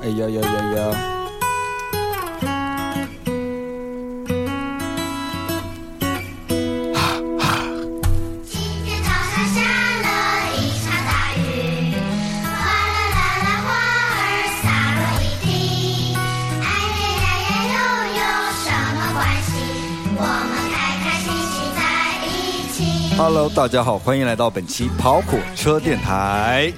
哎有有有有。今天早上下了一场大雨，哗啦啦啦，花儿洒落一地。哎呀呀呀，又有什么关系？我们开开心心在一起。 Hello，大家好，欢迎来到本期跑火车电台。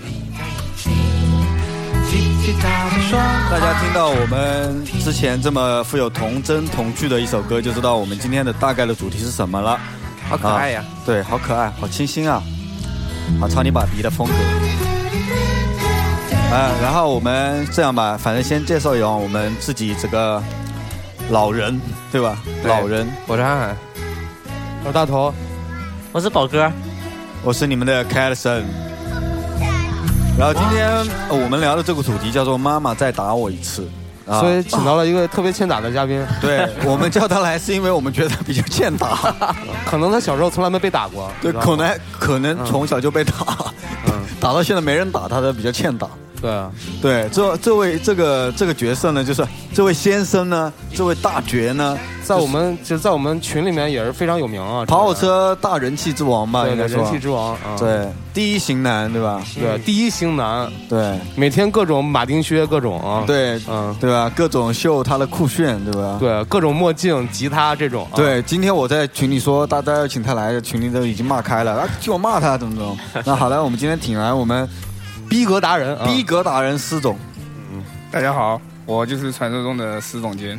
大家听到我们之前这么富有童真童趣的一首歌，就知道我们今天的大概的主题是什么了。好可爱呀、啊对，好可爱，好清新啊，好超你爸比的风格。嗯，然后我们这样吧，反正先介绍一下我们自己这个老人，对吧？对老人，我是憨憨，我是大头，我是宝哥，我是你们的 c a l s o n 然后今天呃我们聊的这个主题叫做“妈妈再打我一次”，啊所以 请到了一个特别欠打的嘉宾，对我们叫他来是因为我们觉得比较欠打， 可能他小时候从来没被打过，对，你知道可吗嗯能可能从小就被打， 打到现在没人打他的比较欠打。对啊，对，这这位这个这个角色呢，就是这位先生呢，这位大角呢，在我们其实，在我们群里面也是非常有名啊， 跑火车大人气之王吧，对应该对人说气，之王啊，对，第一型男，对吧？嗯对第一型男，对每天各种马丁靴，各种啊，对嗯对吧？各种秀他的酷炫，对吧？对各种墨镜、吉他这种，啊，对，今天我在群里说大家要请他来，群里都已经骂开了，啊，就我骂他怎么怎 么。那好了，我们今天请来我们逼格达人，啊逼格达人施总，嗯大家好，我就是传说中的司总监。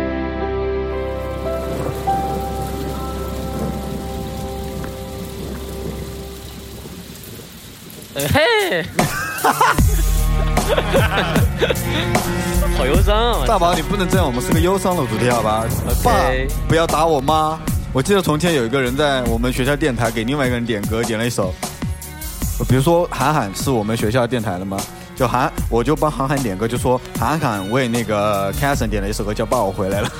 嘿， 好忧伤啊！大宝，你不能这样，我们是个忧伤的主题，好吧 OK 爸，不要打我妈。我记得从前有一个人在我们学校电台给另外一个人点歌，点了一首，比如说韩寒是我们学校电台的吗？就韩，我就帮韩寒点歌，就说韩寒为那个 c a s o n 点了一首歌叫《爸，我回来了》。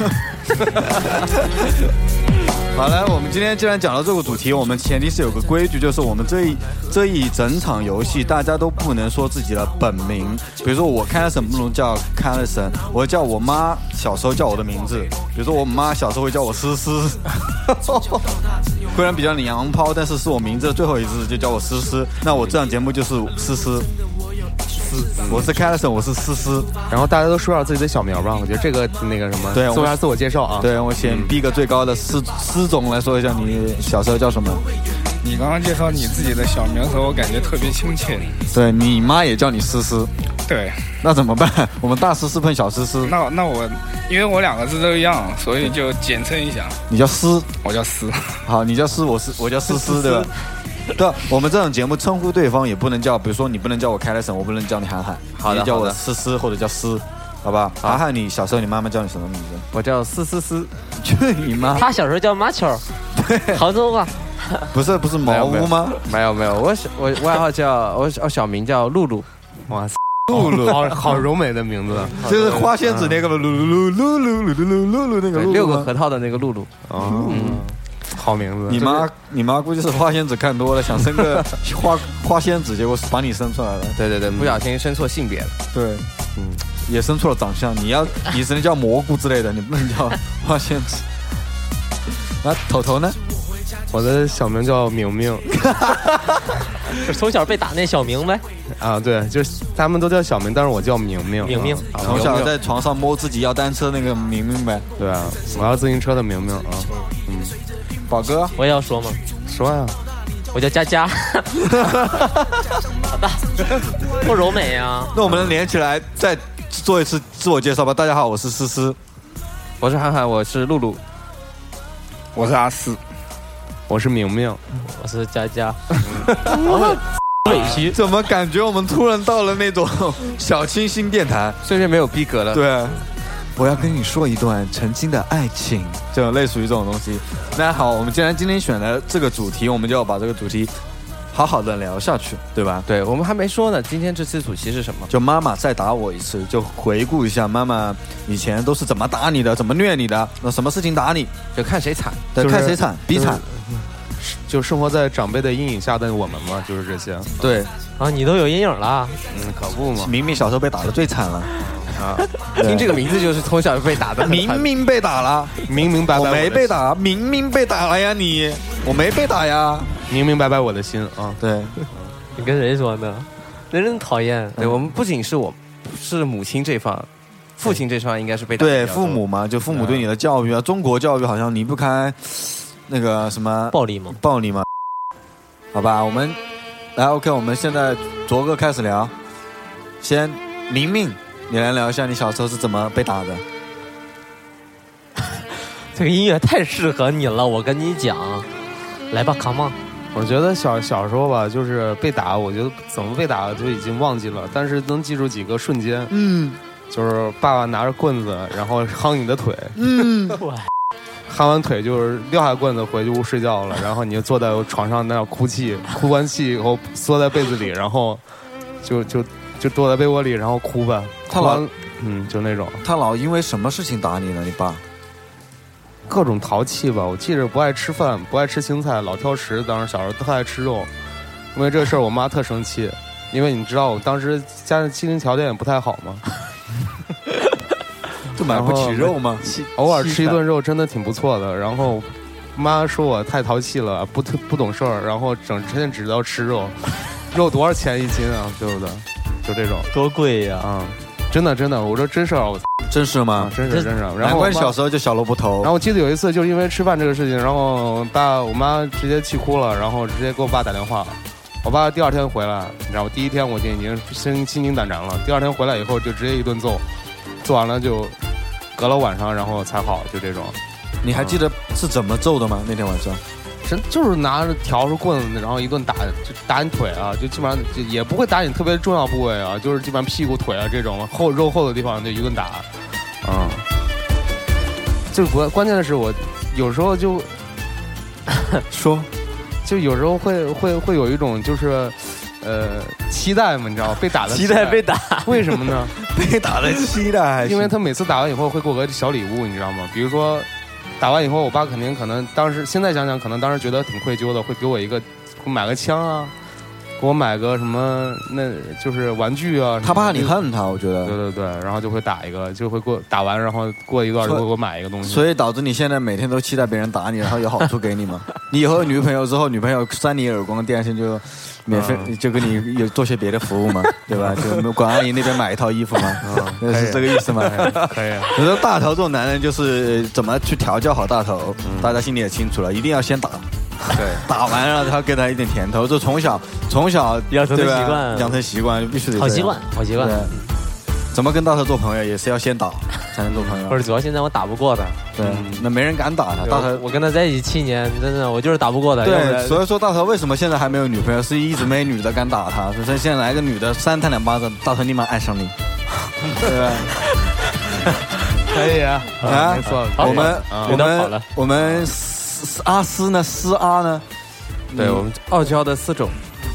好了，我们今天既然讲到这个主题，我们前提是有个规矩，就是我们这一这一整场游戏，大家都不能说自己的本名。比如说我 c a s o n 不能叫 c a s o n 我叫我妈小时候叫我的名字，比如说我妈小时候会叫我思思， 虽然比较娘炮，但是是我名字的最后一字就叫我思思。那我这档节目就是思思。思我是 c a s o n 我是思思。然后大家都说下自己的小名吧，我觉得这个那个什么，对我做一下自我介绍啊，对，我先逼格最高的施施总来说一下，你小时候叫什么？你刚刚介绍你自己的小名的时候，我感觉特别亲切。对你妈也叫你思思，对，那怎么办？ 我们大思思碰小思思，那那我因为我两个字都一样，所以就简称一下，你叫思，我叫思。 好，你叫思，我思，我叫思思，对吧？对，我们这种节目称呼对方也不能叫，比如说你不能叫我凯莱森，我不能叫你涵涵，好的你叫好我的思思或者叫思，好吧？涵涵，你小时候你妈妈叫你什么名字？我叫思 思思，去你妈！他小时候叫马球，杭州话。不是不是没茅有没有屋吗？没有没有，我小我外号叫我我小名叫露露，哇塞，露露，哦好好柔美的名字，就是花仙子那个吗？露露露露露露露露露那个露对露六吗个核桃的那个露露，哦，好名字，你就是妈，你妈估计是花仙子看多了，想生 个花花仙子，结果把你生出来了。对对对，不小心生错性别了，对，嗯，也生错了长相。你 要，你只能叫蘑菇之类的，你不能叫花仙子。 那头头呢？我的小名叫明明就是 从小被打那小名呗，啊，对，就是他们都叫小名，但是我叫明明，明明啊从小在床上摸自己要单车那个明明呗。对啊，我要自行车的明明啊，宝哥，我也要说嘛，说呀，我叫佳 佳。好吧，不柔美啊，那我们连起来再做一次自我介绍吧。大家好，我是思思。我是涵涵，我是露露，我是阿思，我是明明，我是佳佳。我委屈，怎么感觉我们突然到了那种哦小清新电台？最近没有逼格了，对， 我要跟你说一段曾经的爱情，就类似于这种东西。那好，我们既然今天选了这个主题，我们就要把这个主题好好的聊下去，对吧？对我们还没说呢，今天这次主题是什么？就妈妈再打我一次，就回顾一下妈妈以前都是怎么打你的，怎么虐你的，那什么事情打你，就看谁惨。对，就是看谁惨，比惨，就生活在长辈的阴影下的我们嘛，就是这些。对，啊，你都有阴影了，嗯，可不嘛。啊明明小时候被打的最惨了， 对 听这个名字就是从小就被打的，明明被打了，明明白白我的没被，打，明明被打了呀你，我没被打呀，明明白白我的心啊。对，你跟谁说呢？人人讨厌。对我们不仅是我，是母亲这方，父亲这方应该是被打得对比较多父母嘛，就父母对你的教育啊，中国教育好像离不开那个什么暴力吗？暴力嘛。好吧，我们来 OK，我们现在卓哥开始聊，先明明，你来聊一下你小时候是怎么被打的。这个音乐太适合你了，我跟你讲，来嗯吧，Come on，我觉得小小时候吧，就是被打，我觉得怎么被打就已经忘记了，但是能记住几个瞬间，嗯就是爸爸拿着棍子，然后夯你的腿，嗯，夯完腿就是撂下棍子回去屋睡觉了，然后你就坐在床上在那儿哭泣，哭完泣以后缩在被子里，然后就就就躲在被窝里，然后哭吧。他哭老完，嗯，就那种他老因为什么事情打你呢？你爸？各种淘气吧。我记着不爱吃饭，不爱吃青菜，老挑食。当时小时候特爱吃肉，因为这事儿我妈特生气，因为你知道我当时家里经济条件也不太好嘛，就买不起肉吗？偶尔吃一顿肉真的挺不错的。然后妈说我太淘气了，不特不懂事儿，然后整天只知道吃肉，肉多少钱一斤啊？对不对？就这种多贵呀、啊、真的真的，我说真事儿，啊我操啊真是吗？真是真是。然难后我怪妈你小时候就小萝卜头然后。我记得有一次，就是因为吃饭这个事情，然后我爸我妈直接气哭了，然后直接给我爸打电话。我爸第二天回来，你知道，我第一天我就已经心心惊胆战了，第二天回来以后就直接一顿揍，揍完了就隔了晚上，然后才好，就这种。你还记得是怎么揍的吗？那天晚上？真就是拿着笤帚棍子，然后一顿打，就打你腿啊，就基本上就也不会打你特别重要部位啊，就是基本上屁股、腿啊这种厚肉厚的地方就一顿打，嗯，就是关关键的是我有时 候就说，就有时候会会会有一种就是，呃，期待嘛，你知道被打的期待被打，为什么呢？ 被打的期待因为他每次打完以后会给我个小礼物，你知道吗？比如说打完以后，我爸肯定可能当时现在想想，可能当时觉得挺愧疚的，会给我一个给我买个枪啊，给我买个什么那就是玩具啊。他怕你什么恨他，我觉的。对得，对对，然后就会打一个，就会过打完，然后过一段就所以会给我买一个东西。所以导致你现在每天都期待别人打你，然后有好处给 你吗？你以后有女朋友之后，女朋友扇你一耳光，第二天就免费、嗯就给你有做些别的服 务嘛，对吧？就管阿姨那边买一套衣服嘛，嗯那 啊是这个意思吗？ 可以，我说大头这种男人就是呃怎么去调教好大头，嗯大家心里也清楚了，一定要先打，对，打完了他给他一点甜头，就从小从小养成的对吧习惯养成习惯必须得好这样习惯，好习对惯。。嗯怎么跟大头做朋友，也是要先打才能做朋 友不。是，主要现在我打不过他，对，嗯那没人敢打他。大头我跟他在一起七年，真的我就是打不过他。要不对，然所以说大头为什么现在还没有女朋友，是一直没女的敢打他，所以现在来个女的扇他两巴掌，大头立马爱上 你。对吧？可以啊，啊没错，可以我们啊我觉得好了们我们斯斯阿斯呢？斯阿呢？对我们傲娇的四种，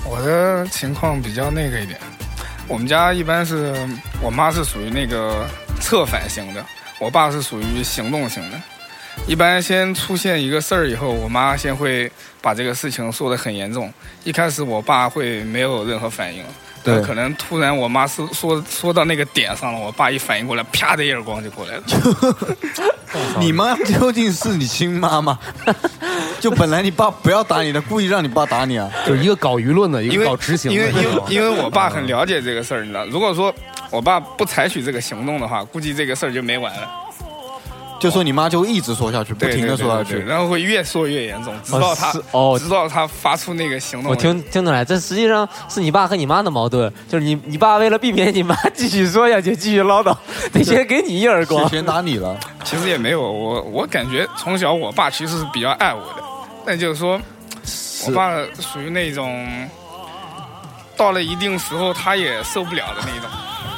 我的情况比较那个一点，我们家一般是我妈是属于那个策反型的，我爸是属于行动型的。一般先出现一个事儿以后，我妈先会把这个事情说得很严重。一开始我爸会没有任何反应，对但可能突然我妈说说说到那个点上了，我爸一反应过来，啪的一耳光就过来了。你妈究竟是你亲妈吗？就本来你爸不要打你的，故意让你爸打你啊？就是一个搞舆论的，一因个为搞执行因为的因这为种。因为我爸很了解这个事儿，你知道，如果说我爸不采取这个行动的话，估计这个事儿就没完了，就说你妈就一直说下去，不对停的对对说下对对去。然后会越说越严重，直到他是哦直到他发出那个行动。我听听出来，这实际上是你爸和你妈的矛盾，就是你你爸为了避免你妈继续说下去、继续唠叨，得先给你一耳就光。先打你了，其实也没有，我我感觉从小我爸其实是比较爱我的，但就是说，我爸属于那种到了一定时候他也受不了的那种。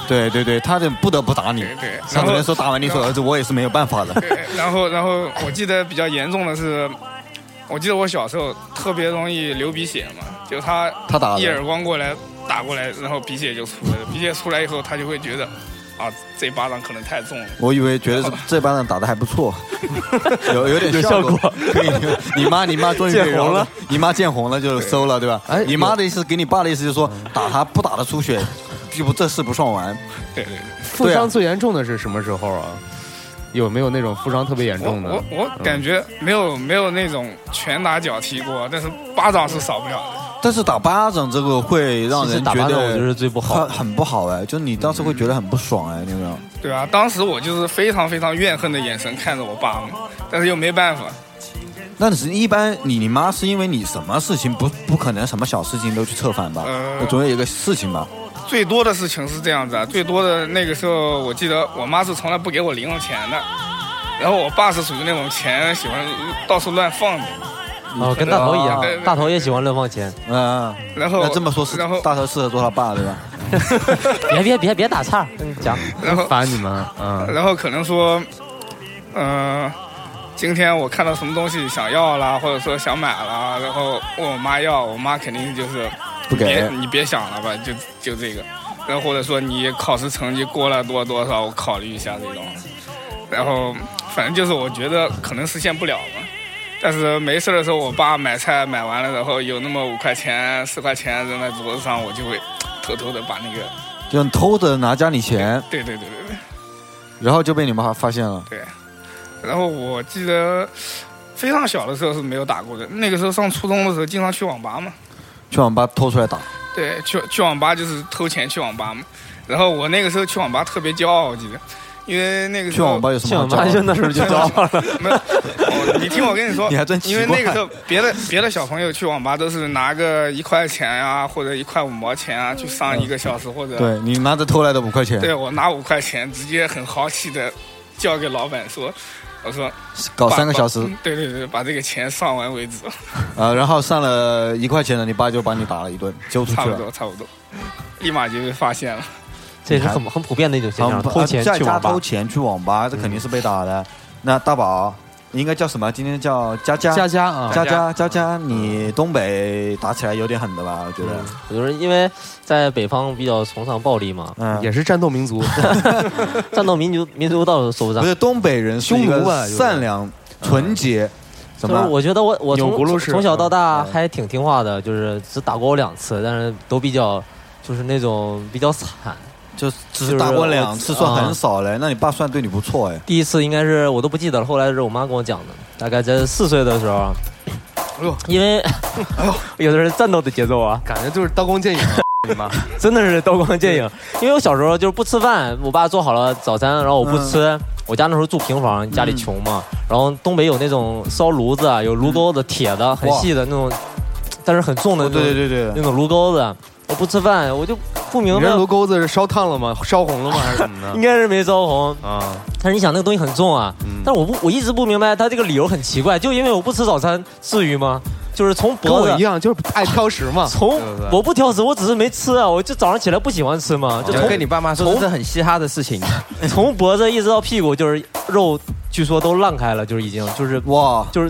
对对对，他就不得不打你。对然后上次人说打完你说儿子，我也是没有办法的。对， 然后然后我记得比较严重的是，我记得我小时候特别容易流鼻血嘛，就他他打一了耳，光过来打过来，然后鼻血就出来了，鼻血出来以后他就会觉得啊这巴掌可能太重了，我以为 觉得这这班长打的还不错， 有有点有效效果。可以，你妈你妈终于被见红饶了，你妈见红了就收了，对吧？哎你妈的意思给你爸的意思就是说，打他不打得出血， 这不这事不算完。 对对对，负啊伤最严重的是什么时候啊？有没有那种负伤特别严我重的我？嗯我感觉没有没有那种拳打脚踢过，但是巴掌是少不了的。但是打巴掌这个会让其实人打觉巴掌我觉得得最不好很，很不好哎，就你当时会觉得很不爽哎，你有没有？对啊，当时我就是非常非常怨恨的眼神看着我爸嘛，但是又没办法，那你是一般你你妈是因为你什么事情不不可能什么小事情都去策反吧？嗯总有一个事情吧？最多的事情是这样子啊，最多的那个时候，我记得我妈是从来不给我零用钱的，然后我爸是属于那种钱喜欢到处乱放的，哦，跟大头一样对对，对大头也喜欢乱放钱。嗯，然后那这么说是然后大头适合做他爸对吧？别别别别打岔，嗯，讲。然后烦你们，嗯，然后可能说，嗯、今天我看到什么东西想要啦，或者说想买啦，然后问我妈要，我妈肯定就是不别给，你别想了吧，就就这个，然后或者说你考试成绩过了多多少，我考虑一下这种，然后反正就是我觉得可能实现不了嘛。但是没事的时候，我爸买菜买完了，然后有那么五块钱、四块钱扔在桌子上，我就会偷偷的把那个，就你偷着拿家里钱，对对对对对。然后就被你妈发现了。然后我记得非常小的时候是没有打过的，那个时候上初中的时候经常去网吧嘛，去网吧偷出来打，对，去去网吧就是偷钱去网吧嘛。然后我那个时候去网吧特别骄傲，我记得，因为那个时去候网吧有什去么好网吧骄就傲？那时候就骄傲了， 没有，我你听我跟你说， 你还真奇因怪为那个时候别的别的小朋友去网吧都是拿个一块钱啊或者一块五毛钱啊去上一个小时或者，对你拿着偷来的五块钱，对我拿五块钱直接很豪气的叫给老板说，我说搞把三个把小时嗯对对对，把这个钱上完为止，啊，然后上了一块钱的，你爸 就把你打了一顿，揪出差去不了。多差不多，立马就被发现了。这也是很很普遍的一种现象，啊偷钱去在家网吧偷。钱去网吧，这肯定是被打的。那大宝应该叫什么？今天叫佳佳。佳佳啊，佳佳佳佳，你东北打起来有点狠的吧？我觉得，我就是因为在北方比较崇尚暴力嘛，嗯，也是战斗民族，战斗民族民族倒是说不上不，是东北人是一匈奴吧个啊有点善良、纯洁，嗯怎就是么？我觉得我我钮从钴从禄是从小到大嗯还挺听话的，就是只打过我两次，但是都比较就是那种比较惨。就只是打过两次，就是我啊算很少嘞。那你爸算对你不错哎。第一次应该是我都不记得了，后来是我妈跟我讲的，大概在四岁的时候。啊哎因为有的是战斗的节奏 啊，感觉就是刀光剑影啊，你妈，真的是刀光剑影。因为我小时候就是不吃饭，我爸做好了早餐，然后我不吃。嗯我家那时候住平房，家里穷嘛，然后东北有那种烧炉子啊，有炉钩子，铁的，很细的那种，但是很重的哦对那种哦对对对那种炉钩子，我不吃饭，我就不明你白这，炉钩子 是烧烫了吗？烧红了吗？还是怎么应的？该是没烧红。啊，但是你想，那个东西很重啊，嗯但是我不，我一直不明白他这个理由很奇怪，就因为我不吃早餐，至于吗？就是从跟脖我一子，样，就是爱挑食 嘛，从对不对我不挑食，我只是没吃啊，我就早上起来不喜欢吃嘛，就哦就跟从你爸妈说从这是很嘻哈的事情， 从脖子一直到屁股，就是肉，据说都烂开了，就是已经就是对，哇！就是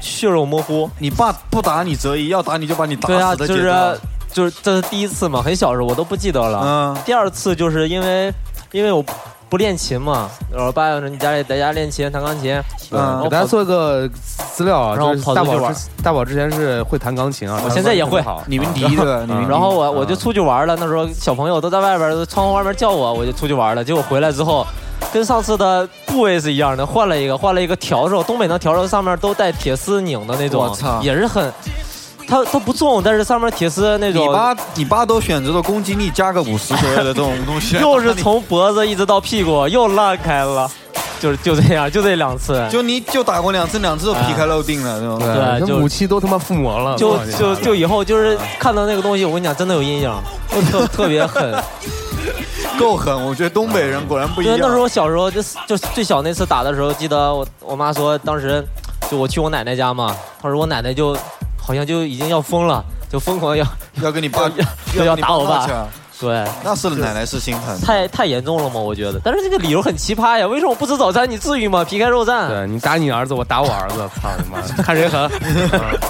血肉模糊。你爸不打你则已，要打你就把你打对啊，死的就节是奏啊。就是这是第一次嘛，很小时候我都不记得 了。嗯，第二次就是因为因为我不练琴嘛，然后我爸说你家里在家练琴弹钢琴，嗯给大家做一个资料啊，然后就是跑大出去宝玩之大宝之前是会弹钢琴啊，我现在也会弹得特别好啊李云迪对吧？ 李云迪然后我嗯我就出去玩了，那时候小朋友都在外边都窗户外面叫我，我就出去玩了。结果回来之后，跟上次的部位是一样的，换了一个换了一个笤帚，东北那笤帚上面都带铁丝拧的那种我操，也是很，它它不重，但是上面铁丝那你种。，爸你爸都选择了攻击力加个五十左右的这种东西 啊又是从脖子一直到屁股又烂开了，就是就这样，就这两次，啊就你就打过两次，两次都皮开肉腚了，对吧？嗯对对，就那武器都他妈附魔嗯了，就我操就就以后就是看到那个东西，我跟你讲，真的有阴影，就特特别狠。够狠！我觉得东北人果然 不一因为样。那时候我小时候就是就是最小那次打的时候，记得我我妈说，当时就我去我奶奶家嘛，她说我奶奶就好像就已经要疯了，就疯狂要要跟你爸要要打我爸 要跟你闹起来对，啊那是奶奶是心疼。太太严重了吗？我觉得，但是这个理由很奇葩呀。为什么不吃早餐？你至于吗？皮开肉绽。对你打你儿子，我打我儿子，操你妈，看谁狠。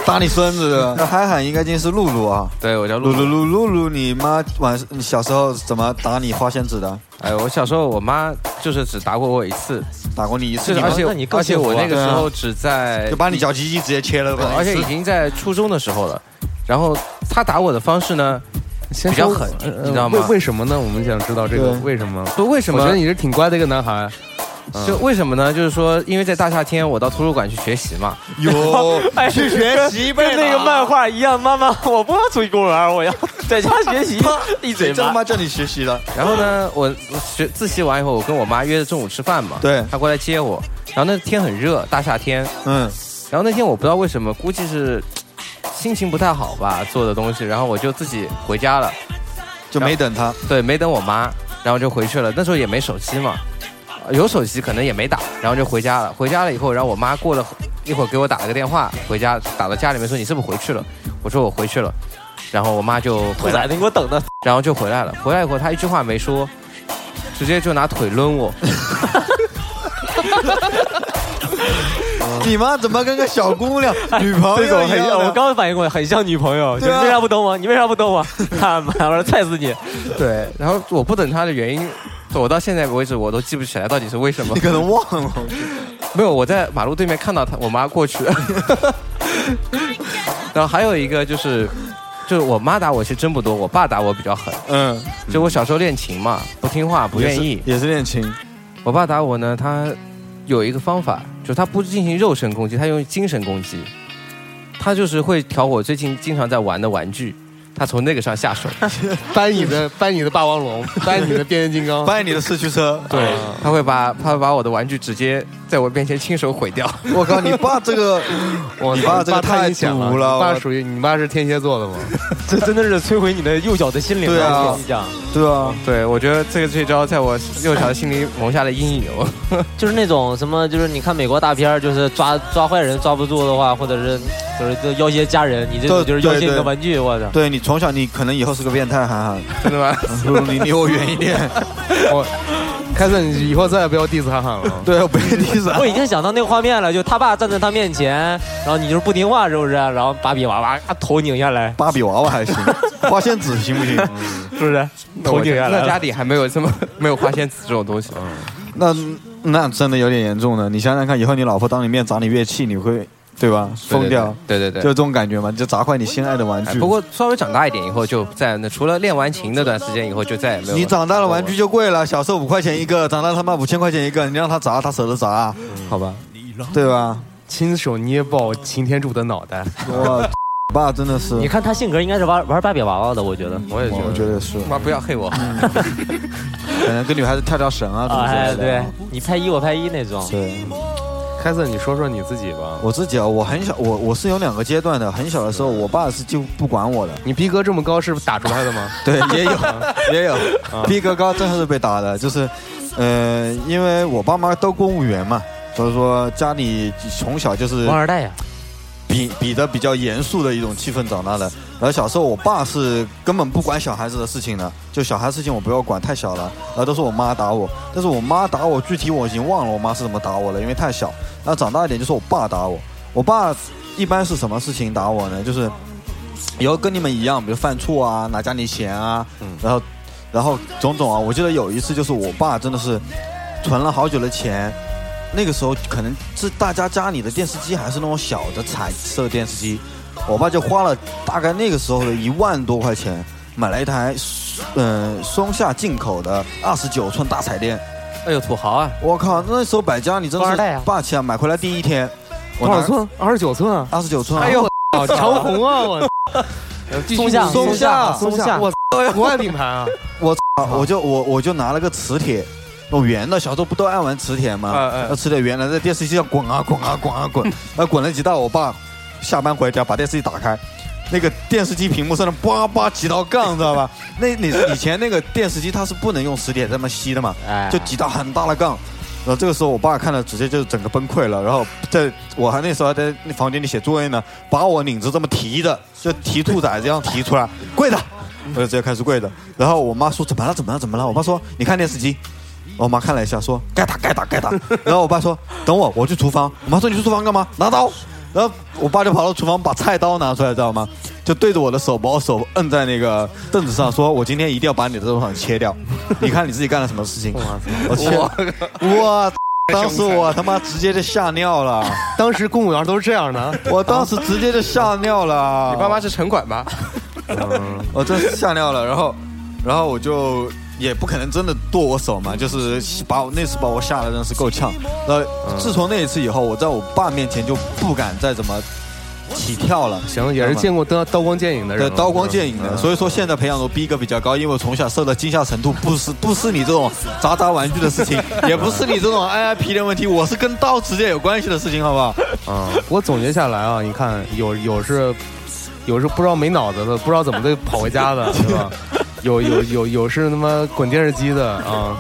打你孙子的，那憨憨应该今天是露露啊。对，我叫露露露露。露露露，你妈晚上你小时候怎么打你花仙子的？哎，我小时候我妈就是只打过我一次，打过你一就次，是你而妈且那你更而且幸我福啊那个时候只在就把你脚鸡鸡直接切了对吧。而且已经在初中的时候了。然后他打我的方式呢，先比较说狠呃你知道吗为为什么呢？我们想知道这个对为什么？不为什我觉得么？ 你是挺乖的一个男孩，嗯就为什么呢？就是说，因为在大夏天，我到图书馆去学习嘛。 有 哎去学习呗，跟那个漫画一样，妈妈， 我不要出去公园，我要在家学习。 一嘴谁他巴。妈叫你学习的？然后呢，我学自习完以后，我跟我妈约着中午吃饭嘛。对她过来接我。然后那天很热，大夏天。嗯，然后那天我不知道为什么，估计是心情不太好吧，做的东西。然后我就自己回家了，就没等他。对，没等我妈，然后就回去了。那时候也没手机嘛，呃有手机可能也没打，然后就回家了。回家了以后，然后我妈过了一会儿给我打了个电话，回家打到家里面说你是不是回去了？我说我回去了。然后我妈就兔回来崽子，你给我等着！然后就回来了。回来以后，他一句话没说，直接就拿腿抡我。 你妈怎么跟个小姑 娘、哎女朋这友种一很像，样哎我呢？刚刚反应过来，很像女朋友。对啊你为啥不等我？ 你为啥不等我？ 他妈，我说踹死 你！对，然后我不等他的原因，我到现在为止我都记不起来到底是为什 么你。可能忘了，没有，我在马路对面看到他，我妈过去了。 然后还有一个就是，就是我妈打我其实真不多，我爸打我比较狠。嗯，就我小时候练琴嘛，不听话，不愿意。也是练琴，我爸打我呢，他有一个方法，就是他不进行肉身攻击，他用精神攻击。他就是会挑我最近经常在玩的玩具，他从那个上下手。搬你的搬你的霸王龙，搬你的变形金刚。搬你的四驱车。对，他会把他会把我的玩具直接在我面前亲手毁掉。我靠，你爸这个， 我你操爸这个你太太险毒了你爸我属于你爸是天蝎座的吗？ 这真的是摧毁你的幼小的心灵对啊我跟你讲，对啊，对，我觉得这个这招在我幼小的 心里蒙下了阴影。我 就是那种什么，就是你看美国大片儿，就是抓抓坏人抓不住的话，或者是就是就要挟家人，你这种就是要挟你的玩具，我操！对你从小你可能以后是个变态，涵涵，真的吗？不 如你离我远一点。 凯森，你以后再也不要 diss 憨憨了。对，我不是意思啊我。已 经想到那个画面了，就他爸站在他面前，然后你就是不听话，是不是？然后芭比娃娃啊 头拧下来，芭比娃娃还行，花仙子行不行？是不是？头我拧下来在了。家里还没有这么 没有花仙子这种东西。那那真的有点严重了。你想想看，以后你老婆当你面砸你乐器，你会对吧？疯掉，嗯对对对。就对这种感觉嘛，你就砸坏你心爱的玩哎具。不过稍微长大一点以后，就在那除了练完琴那段时间以后，就再也没有。你长大了玩具就贵了，小时候五块钱一个，长大他妈五千块钱一个，你让他砸，他舍得砸啊，好吧？对吧？亲手捏爆擎天柱的脑袋，我爸真的是，你看他性格应该是玩玩芭比娃娃的，我觉嗯得。我也觉我得。觉得是，嗯妈不要黑我，可能跟女孩 子跳跳绳啊，怎么哎，之类对的。你拍一，我拍一那种。对，凯森，你说说你自己吧。我自己啊，我很小，我我是有两个阶段的。很小的时候，我爸是就不管我的，你逼格这么高是打出来的吗？ 对，也有 也有，啊逼格高真的是被打的，就是，呃，因为我爸妈都公务员嘛，所以说家里从小就是王二代呀，啊比比的比较严肃的一种气氛长大的。然后小时候我爸是根本不管小孩子的事情的，就小孩事情我不要管，太小了。然后都是我妈打我，但是我妈打我具体我已经忘了我妈是怎么打我了，因为太小。那长大一点就是我爸打我，我爸一般是什么事情打我呢？就是以后跟你们一样，比如犯错啊，拿家里钱啊，然后然后种种啊。我记得有一次就是我爸真的是存了好久的钱，那个时候可能是大家家里的电视机还是那种小的彩色电视机，我爸就花了大概那个时候的一万多块钱买了一台，嗯、松下进口的二十九寸大彩电。哎呦土豪啊！我靠，那时候百家你真富二是代啊霸气啊！买回来第一天，我多少拿寸？二十九寸啊！二十九寸啊，哎呦，我操长虹啊！我松下，松下松松下，下，我操国外品牌啊！啊 我就我我就拿了个磁铁，那种圆的，小时候不都爱玩磁铁吗？嗯嗯那磁铁圆的，在电视机上滚啊滚啊滚啊滚， 那滚了几道，我爸下班回家把电视机打开，那个电视机屏幕上的叭叭几道杠，知道吧？那你以前那个电视机它是不能用磁铁这么吸的嘛，哎就几道很大的杠。然后这个时候，我爸看了，直接就整个崩溃了。然后在我还那时候还在那房间里写作业呢，把我领子这么提着，就提兔崽子一样提出来，跪着， 我就直接开始跪着。然后我妈说怎么了怎么了怎么了？我爸说你看电视机。我妈看了一下说该打该打该打。然后我爸说等我，我去厨房。我妈说你去厨房干嘛？拿刀。然后我爸就跑到厨房把菜刀拿出来，知道吗？就对着我的手，把我手摁在那个凳子上，说我今天一定要把你的手掌切掉。 你看你自己干了什么事情？我切，我当时我他妈直接就吓尿了， 当时公务员都是这样的啊。我当时直接就吓尿了。你爸妈是城 管吧？我真是嗯哦吓尿了，然后，然后我就也不可能真的剁我手嘛，就是把我那次把我吓得真是够呛。那嗯自从那一次以后，我在我爸面前就不敢再怎么起跳了。行，也是见过刀刀光剑影的人对了，刀光剑影的，嗯所以说现在培养我逼格比较高，因为我从小受的惊吓程度不是 不是你这种砸砸玩具的事情，也不是你这种哎呀皮的问题，我是跟刀直接有关系的事情，好不好？啊、我总结下来啊，你看有有是有是不知道没脑子的，不知道怎么的跑回 家的，是吧？有有有有是他妈滚电视机的 啊，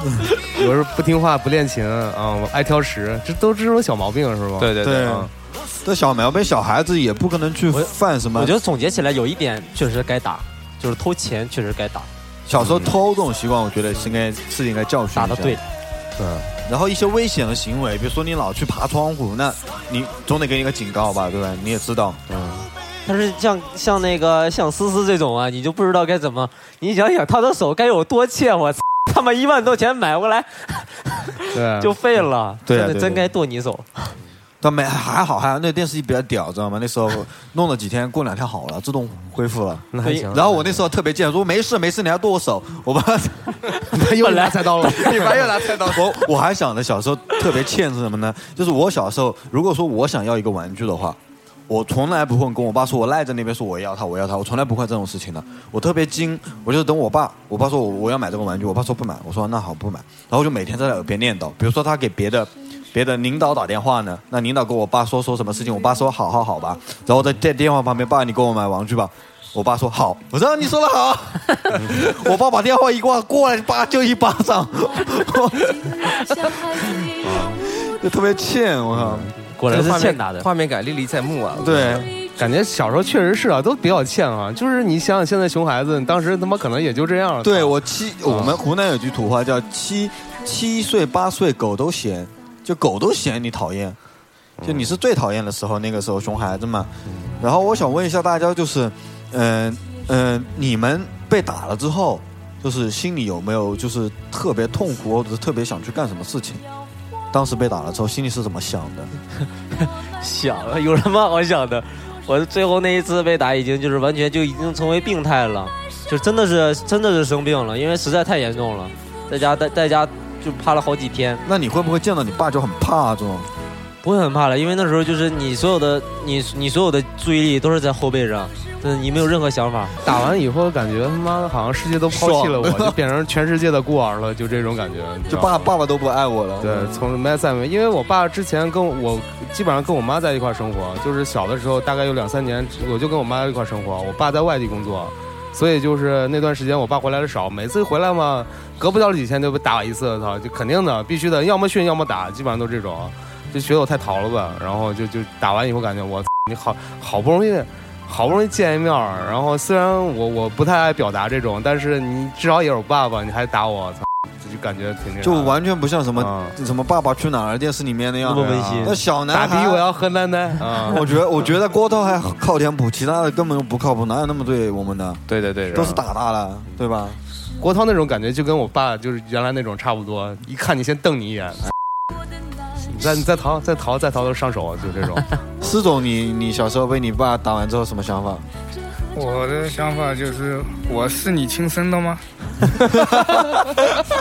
有是不听话不练琴啊，爱挑食，这都是这种小毛病是吧？对对对，对嗯，这小毛病小孩子也不可能去我犯什么。我觉得总结起来有一点确实该打，就是偷钱确实该打，小时候偷这种习惯，我觉得是应该是应该教训一下打的对。。然后一些危险的行为，比如说你老去爬窗户，那你总得给你个警告吧，对吧？你也知道，嗯但是像像那个像思思这种啊，你就不知道该怎么，你想想他的手该有多欠我。操他妈一万多钱买过来 对，就废了，对啊真对的对真该剁你手。但没还好，还好那电视机比较屌，知道吗？那时候弄了几天，过两天好了，自动恢复了。那还行。然后我那时候特别贱，说没事没事，你还剁我手，我把 又拿菜刀了， 你爸又拿菜刀。 我我还想着小时候特别欠是什么呢？就是我小时候，如果说我想要一个玩具的话，我从来不会跟我爸说，我赖在那边说我要它，我要它，我从来不会这种事情的。我特别精，我就是等我爸，我爸说我我要买这个玩具，我爸说不买，我说那好不买，然后就每天在他耳边念叨，比如说他给别的。别的领导打电话呢，那领导跟我爸说说什么事情，我爸说好好好吧，然后在在电话旁边，爸你给我买玩具吧，我爸说好，我说你说的好， 我爸把电话一挂过来，叭就一巴掌，就特别欠，我靠。果然是欠打的，画面感历历在目啊。对，感觉小时候确实是啊，都比较欠啊。就是你想想现在熊孩子，你当时他妈可能也就这样了。啊对我七，我们湖南有句土话叫七七岁八岁狗都嫌，就狗都嫌你讨厌，就你是最讨厌的时候，那个时候熊孩子嘛。然后我想问一下大家，就是，嗯、嗯、你们被打了之后，就是心里有没有就是特别痛苦，或者是特别想去干什么事情？当时被打了之后，心里是怎么想的？想有什么好想的？ 我最后那一次被打，已经就是完全就已经成为病态了，就真的是真的是生病了，因为实在太严重了，在家在在家就趴了好几天，那你会不会见到你爸就很怕这种？不会很怕了，因为那时候就是你所有的你你所有的注意力都是在后背上，真的你没有任何想法。打完以后，感觉他妈的好像世界都抛弃了我，爽就变成全世界的孤儿了，就这种感觉。你知就道吗爸爸爸都不爱我了。对，从没在没，因为我爸之前跟我基本上跟我妈在一块儿生活，就是小的时候大概有两三年，我就跟我妈一块儿生活。我爸在外地工作，所以就是那段时间我爸回来的少，每次回来嘛，隔不了几天就被打一次，操，就肯定的，必须的，要么训要么打，基本上都这种。就觉得我太淘了吧，然后就就打完以后感觉我你好好不容易。好不容易见一面儿，然后虽然我我不太爱表达这种，但是你至少也有爸爸，你还打我，操，就感觉啊挺那啥的就完全不像什么、嗯什么《爸爸去哪儿》电视里面那样那。么温馨那小打男的孩，我要喝奶奶啊！我觉得我觉得郭涛还靠点谱，其他的根本就不靠谱，哪有那么对我们的？对对对，都是打大了，对吧？郭涛那种感觉就跟我爸就是原来那种差不多，一看你先瞪你一眼，你再你再逃再逃再逃都上手，啊就 这种。施总，你你小时候被你爸打完之后什么想法？ 我的想法就是，我是你亲生的吗？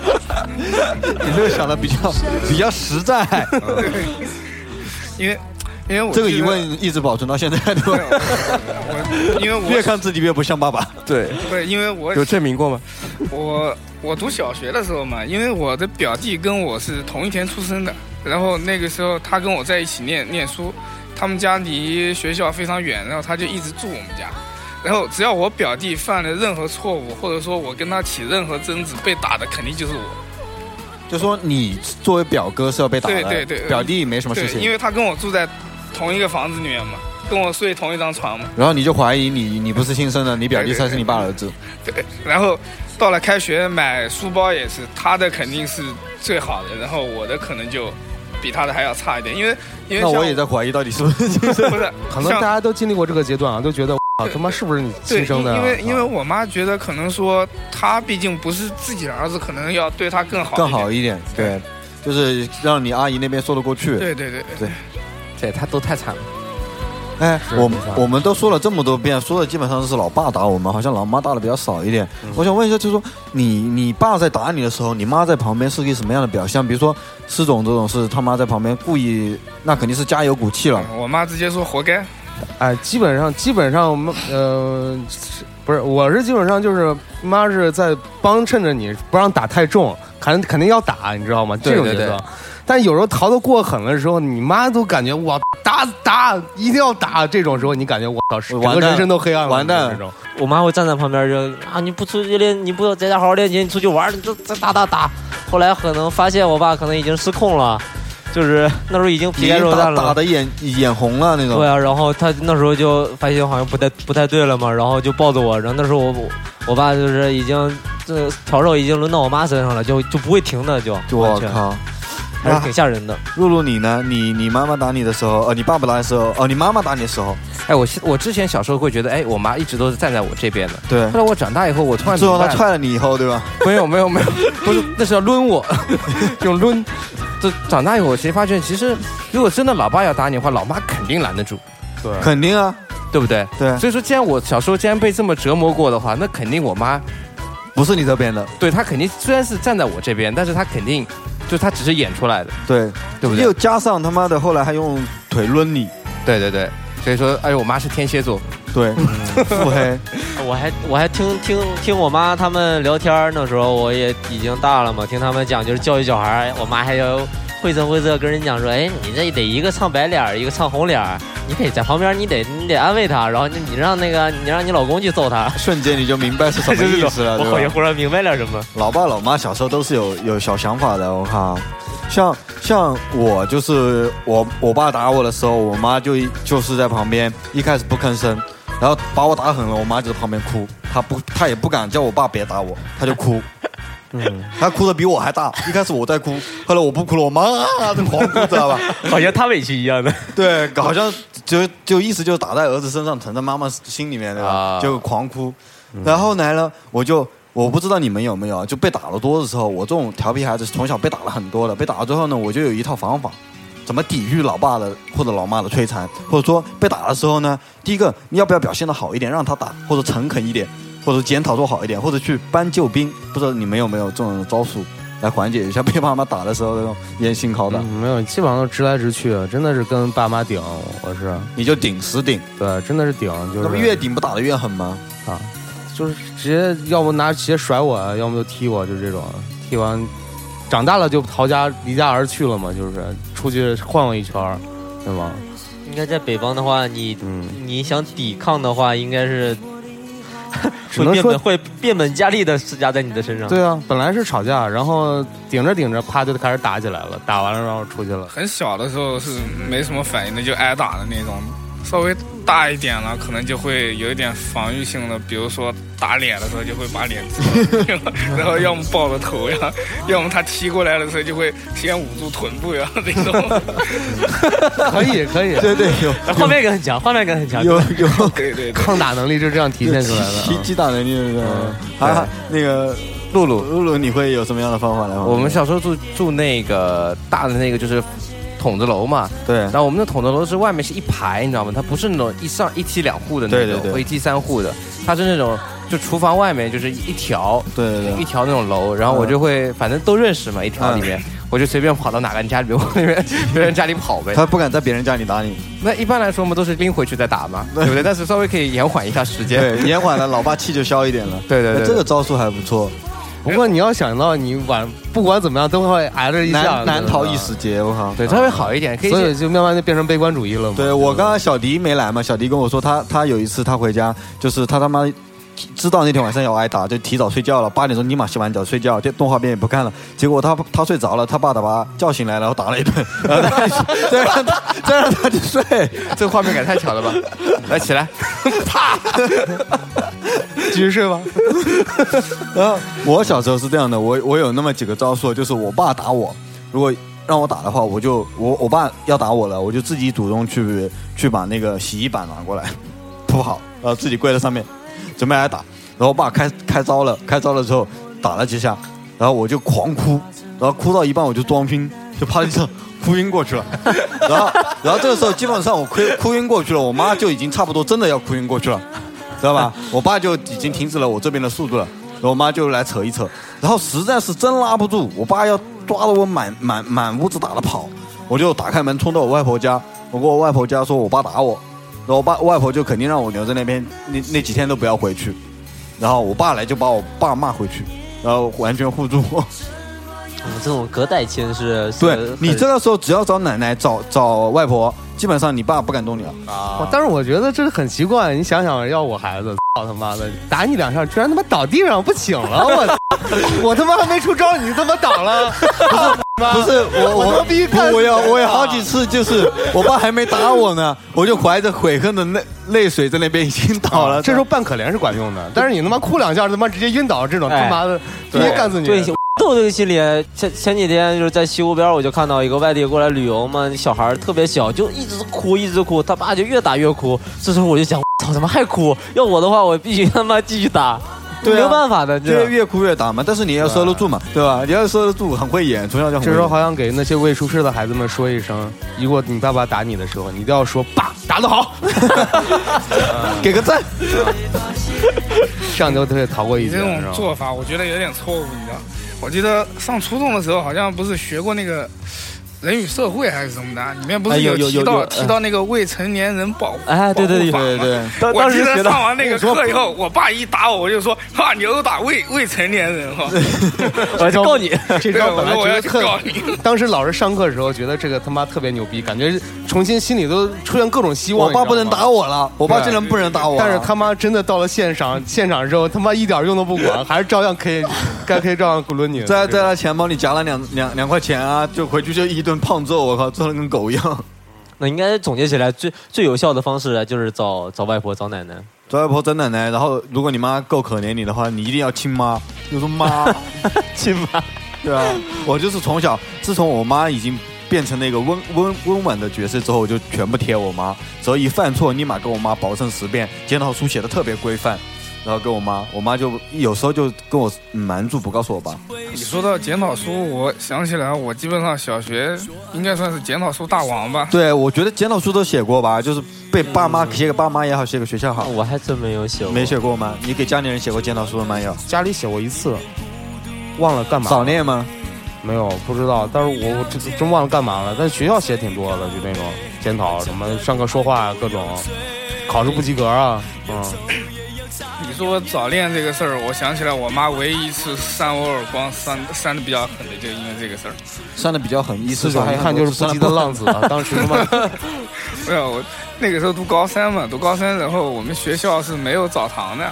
你这个想的比较比较实在，因为，因为我这个记疑得问一直保存到现在，对吧？我因为越我看自己越不像爸爸。对，不是因为我有证明过吗？ 我我读小学的时候嘛，因为我的表弟跟我是同一天出生的，然后那个时候他跟我在一起念念书，他们家离学校非常远，然后他就一直住我们家。然后只要我表弟犯了任何错误，或者说我跟他起任何争执，被打的肯定就是我。就说你作为表哥是要被打的，对对对表弟没什么对事，情，因为他跟我住在同一个房子里面嘛。跟我睡同一张床嘛。然后你就怀疑你你不是亲生的，你表弟才是你爸儿子。然后到了开学买书包也是，他的肯定是最好的，然后我的可能就比他的还要差一点，因为因为那像我也在怀疑到底是不是 亲生。不是可能大像家都经历过这个阶段啊，都 觉得啊他妈是不是你对，亲因生的啊？因为因为啊我妈觉得可能说他毕竟不是自己的儿子，可能要对他更好一点更好一点，对，就是让你阿姨那边说得过去。对对对对，这他都太惨了。哎，我们没错我们都说了这么多遍，说的基本上是老爸打我们，好像老妈打的比较少一点。嗯我想问一下，就是说你你爸在打你的时候，你妈在旁边是个什么样的表象？比如说施总这种是他妈在旁边故意，那肯定是加油鼓气了。嗯我妈直接说活该。哎，基本上基本上我们呃，是不是，我是基本上就是妈是在帮衬着你，不让打太重，肯肯定要打，你知道吗？这种角色。对对但有时候逃得过狠的时候，你妈都感觉哇打打一定要打，这种时候你感觉我操，整完个蛋人生都黑暗了，完蛋这种。我妈会站在旁边就啊，你不出去练，你不在家好好练琴，你出去玩，你这这打打打。后来可能发现我爸可能已经失控了，就是那时候已经你皮已开经肉打绽打了。的眼眼红了那种。对啊，然后他那时候就发现好像不太不太对了嘛，然后就抱着我，然后那时候我我我爸就是已经这笤帚已经轮到我妈身上了，就就不会停的，就我完全靠！还是挺吓人的。哎露露你呢？你你妈妈打你的时候，呃，你爸爸打你的时候，哦，你妈妈打你的时候，哎，我现我之前小时候会觉得，哎，我妈一直都是站在我这 边的。对后。来我长大以后，我突然最后明他白了，踹了你以后，对吧？没有没有没有，不是，那是要抡 我，这种抡。这长大以后，我才发现，其实如果真的老爸要打你的话，老妈肯定拦得住，肯定啊，对不对？对，所以说，既然我小时候既然被这么折磨过的话，那肯定我妈不是你这边的，对她肯定虽然是站在我这边，但是她肯定就她只是演出来的，对，对不对又？加上他妈的后来还用腿抡你，对对对。所以说，哎，我妈是天蝎座， 对，腹黑，我还我还听听听我妈他们聊天儿，那时候我也已经大了嘛，听他们讲就是教育小孩儿，我妈还要晦涩晦涩跟人讲说，哎，你这得一个唱白脸儿，一个唱红脸儿，你得在旁边，你得你得安慰他，然后你你让那个你让你老公去揍他，瞬间你就明白是 什么 意思了，我好对像吧？忽然明白 了什么。老爸老妈小时候都是有有小想法的，我靠，像像我就是我我爸打我的时候，我妈就就是在旁边一开始不吭声，然后把我打狠了，我妈就在旁边哭，她不她也不敢叫我爸别打我，她就 哭。嗯，她哭的比我还大。一开始我在哭，后来我不哭了，我妈啊在狂哭，知道 吧？好像他委屈一样的。对，好像就就意思就是打在儿子身上，疼在妈妈心里面，对吧？啊就狂哭。然后来呢，我就我不知道你们有没有，就被打了多的时候，我这种调皮孩子从小被打了很多的，被打了之后呢，我就有一套方法，怎么抵御老爸的或者老妈的摧残，或者说被打的时候呢，第一个你要不要表现的好一点，让他打，或者诚恳一点，或者检讨做好一点，或者去搬救兵，不知道你们有没有这种招数来缓解一下 被妈妈打的时候的那种严刑拷打，嗯没有，基本上都直来直去，真的是跟爸妈顶，我是你就顶死顶，对，真的是顶，就那不是越顶不打的越狠吗？啊，就是直接要不拿鞋甩我，啊要么就踢我，就这种。踢完，长大了就逃家离家而去了嘛，就是出去晃悠一圈儿，对吗？应该在北方的话，你嗯，你想抵抗的话，应该是只会能变说本会变本加厉的施加在你的身上。对 啊，本来是吵架，然后顶着顶着，啪就开始打起来了，打完了然后出 去了。很小的时候是没什么反应的，就挨打的那种。稍微大一点了，可能就会有一点防御性的，比如说打脸的时候就会把脸遮， 然后要么抱着头呀，要么他踢过来的时候就会先捂住臀部呀那种。可以可以，对对，有画面感很强，画面感很强。有有对对对，抗打能力就是这样体现出来的击啊。击打能力是吧？啊，那个露露，露露，你会有什么样的方法来吗？我们小时候住住那个大的那个就是筒子楼嘛，对然后我们的筒子楼是外面是一排，你知道吗？它不是那种一上一梯两户的那种，对对对或一梯三户的，它是那种就厨房外面就是一条对对嗯一对，条那种楼，然后我就会反正都认识嘛，一条里面。我就随便跑到哪个人家里面，往那边 别人家里跑呗。他不敢在别人家里打你，那一般来说，我们都是拎回去再打嘛，对 不对？但是稍微可以延缓一下时间。对，延缓了，老爸气就消一点了。 对对对那对这个招数还不错，不过你要想到，你晚不管怎么样都会挨着一下，难难逃一。死劫，我靠。对，稍微好一点，可以所以就慢慢就变成悲观主义了嘛。对我刚刚小迪没来嘛，小迪跟我说他他有一次他回家，就是他他妈知道那天晚上要挨打，就提早睡觉了。八点钟立马洗完脚睡觉，这动画片也不看了。结果他他睡着了，他爸把他叫醒来，然后打了一顿，然后他再 让他再让他去睡。这画面感太巧了吧！来起来，继 续睡吧。然后啊我小时候是这样的，我我有那么几个招数，就是我爸打我，如果让我打的话，我就我我爸要打我了，我就自己主动去去把那个洗衣板拿过来 铺好，然后自己跪在上面准备挨打。然后我爸开开招了，开招了之后打了几下，然后我就狂哭，然后哭到一半我就装晕，就趴地上 哭晕过去了。然后然后这个时候基本上我哭哭晕过去了，我妈就已经差不多真的要哭晕过去了。知道吧？我爸就已经停止了我这边的速度了，然后我妈就来扯一扯，然后实在是真拉不住，我爸要抓着我满满满屋子打的跑，我就打开门冲到我外婆家，我跟我外婆家说我爸打我，然后我爸外婆就肯定让我留在那边，那那几天都不要回去，然后我爸来就把我爸骂回去，然后完全护住我。们这种隔代亲是，是对很你这个时候只要找奶奶找找外婆，基本上你爸不敢动你了。哦但是我觉得这很奇怪，你想想，要我孩子，操他妈的，打你两下，居然他妈倒地上不醒了，我操我他妈还没出招，你就他妈倒了，不是我 我他妈我逼不干我有我有死啊好几次就是我爸还没打我呢，我就怀着悔恨的泪泪水在那边已经倒了。这时候扮可怜是管用的，但是你他妈哭两下，他妈直接晕倒，这种哎他妈的直接干死你。对，豆这个心理，前前几天就是在西湖边，我就看到一个外地过来旅游嘛，小孩儿特别小，就一直哭，一直哭，他爸就越打越哭。这时候我就想，操，怎么还哭？要我的话，我必须他妈继续打，对啊没有办法的，就这是越哭越打嘛，但是你要收得住嘛，对吧？你要收得住，很会演，从小就很这会时候演。好想给那些未出世的孩子们说一声：如果你爸爸打你的时候，你一定要说“爸，打 得好 给个赞。”，这样就可以逃过一你劫，这你种知道吗？做法，我觉得有点错误，你知道？我记得上初中的时候，好像不是学过那个《 人与社会》还是什么的啊，里面不哎是有有提有有到呃提到那个未成年人保护哎对对对保护法对吗对当我当记时学得上到，完那个课以后，我爸一打我，我就说：“哈，你殴打未未成年人哈。我就告你，这”对，招我本来说我要觉得去特告你。 当时老师上课的时候觉得这个他妈特别牛逼，感觉重新心里都出现各种希望。我爸不能打我，我了，我爸竟然不能打我了。但是他妈真的到了现场，现场之后他妈一点用都不管，还是照样可以，该可以照样鼓抡你。在在他钱包里夹了两两两块钱啊，就回去就一顿胖揍，我靠，揍的跟狗一样。那应该总结起来最最有效的方式就是找找外婆找奶奶，找外婆找奶奶，然后如果你妈够可怜你的话，你一定要亲妈，就说妈， 亲妈。对啊，我就是从小，自从我妈已经变成那个温温温婉的角色之后，我就全部贴我妈，只要一犯错，立马跟我妈保证十遍，检讨书写的特别规范，然后跟我妈，我妈就有时候就跟我瞒住不告诉我爸。你说到检讨书，我想起来，我基本上小学应该算是检讨书大王吧。对，我觉得检讨书都写过吧，就是被爸妈写给爸妈也好，写给学校好，哦我还真没有写过，没写过吗？你给家里人写过检讨书了吗？有家里写过一次，忘了干嘛了。早恋吗？没有，不知道。但是我我真真忘了干嘛了。但学校写挺多的，就那种检讨什么上课说话啊各种，考试不及格啊，嗯，你说早恋这个事儿，我想起来我妈唯一一次扇我耳光扇扇的比较狠的，就因为这个事儿。删的比较狠，意思这种一看就是不羁的浪子 啊。当时他 妈没有，啊我那个时候读高三嘛，读高三，然后我们学校是没有澡堂的，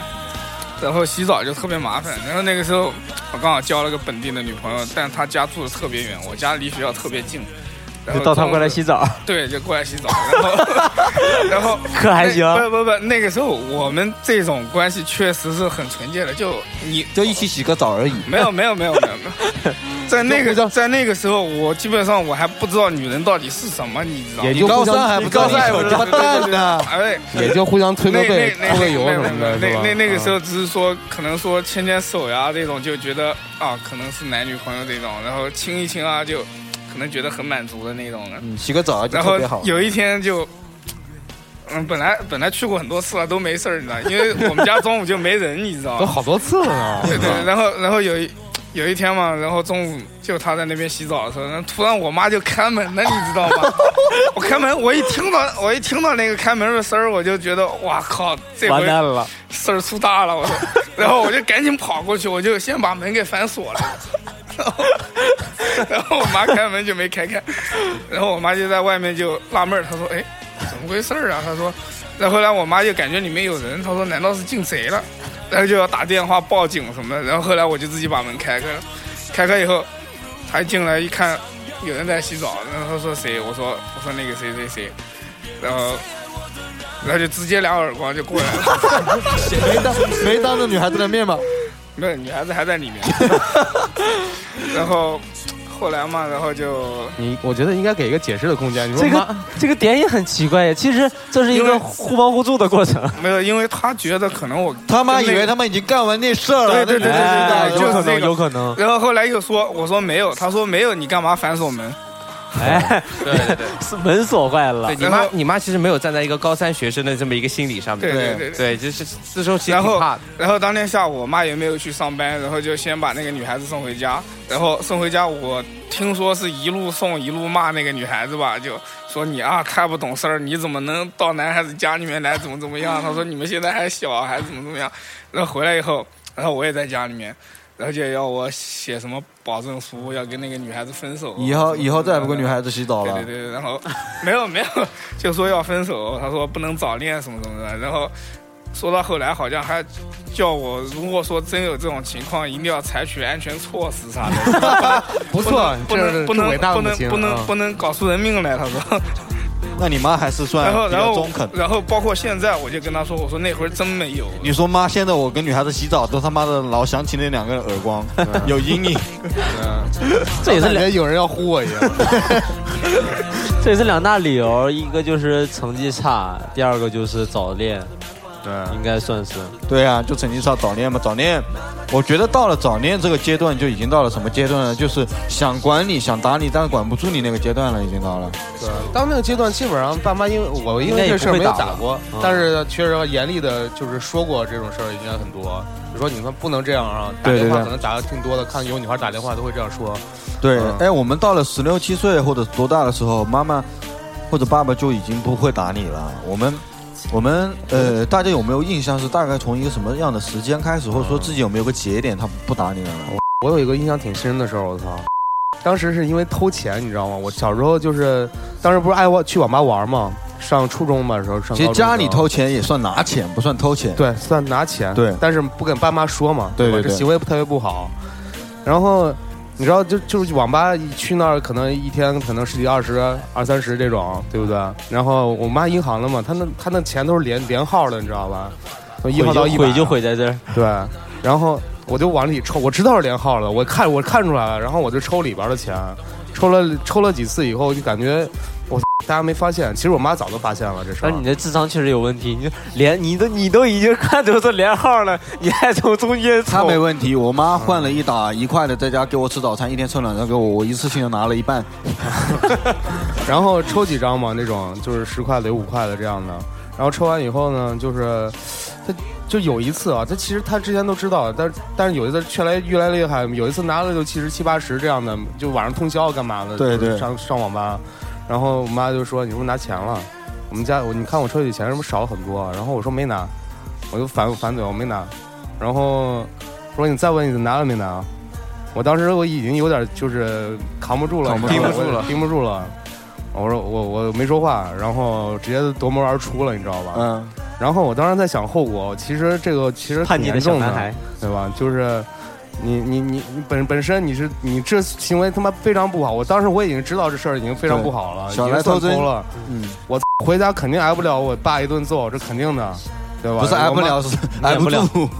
然后洗澡就特别麻烦。然后那个时候我刚好交了个本地的女朋友，但她家住的特别远，我家离学校特别近。然后就到他中午过来洗澡，对，就过来洗澡，然后 然后可还行啊那不不不，那个时候我们这种关系确实是很纯洁的，就你就一起洗个澡而已。没有没有没有没有没有， 在那个在那个时候，我基本上我还不知道女人到底是什么，你知道吗？也就互高三相还你不高高三三还有不什么蛋呢？哎，也就互相推那个那背、那泼个油什么的，那是吧啊那那个时候只是说，可能说牵牵手呀这种，就觉得啊，可能是男女朋友这种，然后亲一亲啊，就可能觉得很满足的那种的。嗯，洗个啊澡就然特后别好。有一天就，嗯，本来本来去过很多次了，都没事儿，你知道，因为我们家中午就没人，你知道都吗。好多次了呢。 对哦对，然后然后有一有一天嘛，然后中午就他在那边洗澡的时候，然后突然我妈就开门了，你知道吗？我开门，我一听到我一听到那个开门的声儿，我就觉得哇靠，这完回蛋了。事儿出大了，我说，然后我就赶紧跑过去，我就先把门给反锁了。然后，然后我妈开门就没开开，然后我妈就在外面就纳闷儿，她说：“哎，怎么回事儿啊？”她说，然后后来我妈就感觉里面有人，她说：“难道是进贼了？”他就要打电话报警什么的。然后后来我就自己把门开开了，开开以后，他一进来一看，有人在洗澡，然后他说谁？我说我说那个谁谁谁，然后。然后就直接两耳光就过来了，没当没当着女孩子的面吧？没有女孩子还在里面。 然后后来嘛，然后就 你我觉得应该给一个解释的空间。你说这妈个这个点也很奇怪呀，其实这是一因为个互帮互助的过程。 没有，因为他觉得可能我 他妈跟以那个为他们已经干完那事儿了，对对对对哎对对对有可就是这能，个有可能。然后后来又说，我说没有，他说没有，你干嘛反锁门？ 哎，对对对，是门锁坏了对。你妈你妈其实没有站在一个高三学生的这么一个心理上面，对对对对。对，就是这时候其实然挺后怕的。，然后当天下午，我妈也没有去上班，然后就先把那个女孩子送回家，然后送回家，我听说是一路送一路骂那个女孩子吧，就说你啊太不懂事儿，你怎么能到男孩子家里面来，怎么怎么样？她说你们现在还小，啊还怎么怎么样？然后回来以后，然后我也在家里面，然后就要我写什么保证书，要跟那个女孩子分手，以后以后再也不跟女子。孩子洗澡了。对对对，然后没有没有，就说要分手，他说不能早恋什么什么的，然后说到后来好像还叫我，如果说真有这种情况，一定要采取安全措施啥的。不错，不这能是不这能伟大的不母能亲不啊能不能搞出人命来，他 说。那你妈还是算然后比然较后中肯。然后包括现在，我就跟他说，我说那会儿真没有。你说妈，现在我跟女孩子洗澡都他妈的老想起那两个耳光，有阴影。嗯 这也是感两，觉有人要呼我一样。 这也是两大理由，一个就是成绩差，第二个就是早恋，对，应该算是。 对啊，就成绩差早恋嘛，早恋，我觉得到了早恋这个阶段就已经到了什么阶段了？就是想管你想打你，但是管不住你那个阶段了，已经到了。到那个阶段，基本上爸妈因为我因为这事儿没有打过，嗯应该也不会打了但是确实严厉的，就是说过这种事儿应该很多。就说你们不能这样啊，打对电对话对可能打的挺多的，看有女孩打电话都会这样说。对嗯，哎，我们到了十六七岁或者多大的时候，妈妈或者爸爸就已经不会打你了。我们，我们，呃，大家有没有印象是大概从一个什么样的时间开始，或者说自己有没有个节点，他不打你了呢？我有一个印象挺深的时候，我操，当时是因为偷钱，你知道吗？我小时候就是当时不是爱玩去网吧玩嘛，上初中嘛的时候，上其实高中的时家候里偷钱也算拿钱，不算偷钱。 对，算拿钱，对但是不跟爸妈说嘛，对吧对对这行为特别不好。然后你知道，就就是网吧一去那儿，可能一天可能十几、二十、二三十这种，对不对？然后我妈银行的嘛，她那她那钱都是连连号的，你知道吧？从一号到一百，啊毁就毁在这儿，对。然后我就往里抽，我知道是连号了，我看我看出来了，然后我就抽里边的钱，抽了抽了几次以后，就感觉我 大家没发现，其实我妈早就发现了这事儿但。你的智商确实有问题，你就连你都你都已经看出是连号了，你还从中间他凑没问题，我妈换了一打一块的，在家给我吃早餐，一天蹭两张给我，我一次性就拿了一半。然后抽几张嘛，那种就是十块的、有五块的这样的。然后抽完以后呢，就是他就有一次啊，他其实他之前都知道，但但是有一次越来越来越厉害，有一次拿了就七十七八十这样的，就晚上通宵干嘛的，对对就是上上网吧。然后我妈就说：“你是不是拿钱了？我们家我你看我抽屉钱是不是少很多？”啊然后我说没拿，我就反反嘴我没拿。然后说你再问你拿了没拿？我当时我已经有点就是扛不住了，扛不住了嗯你知道吗我顶不住了。我说我我没说话，然后直接夺门而出了，你知道吧？嗯，然后我当时在想后果，其实这个其实叛挺逆的严小重男孩，对吧？就是你你你你本本身你是你这行为他妈非常不好，我当时我已经知道这事儿已经非常对不好了，已小经来算偷针偷了，嗯，我回家肯定挨不了我爸一顿揍，这肯定的，对吧？不是挨不了，是挨不住。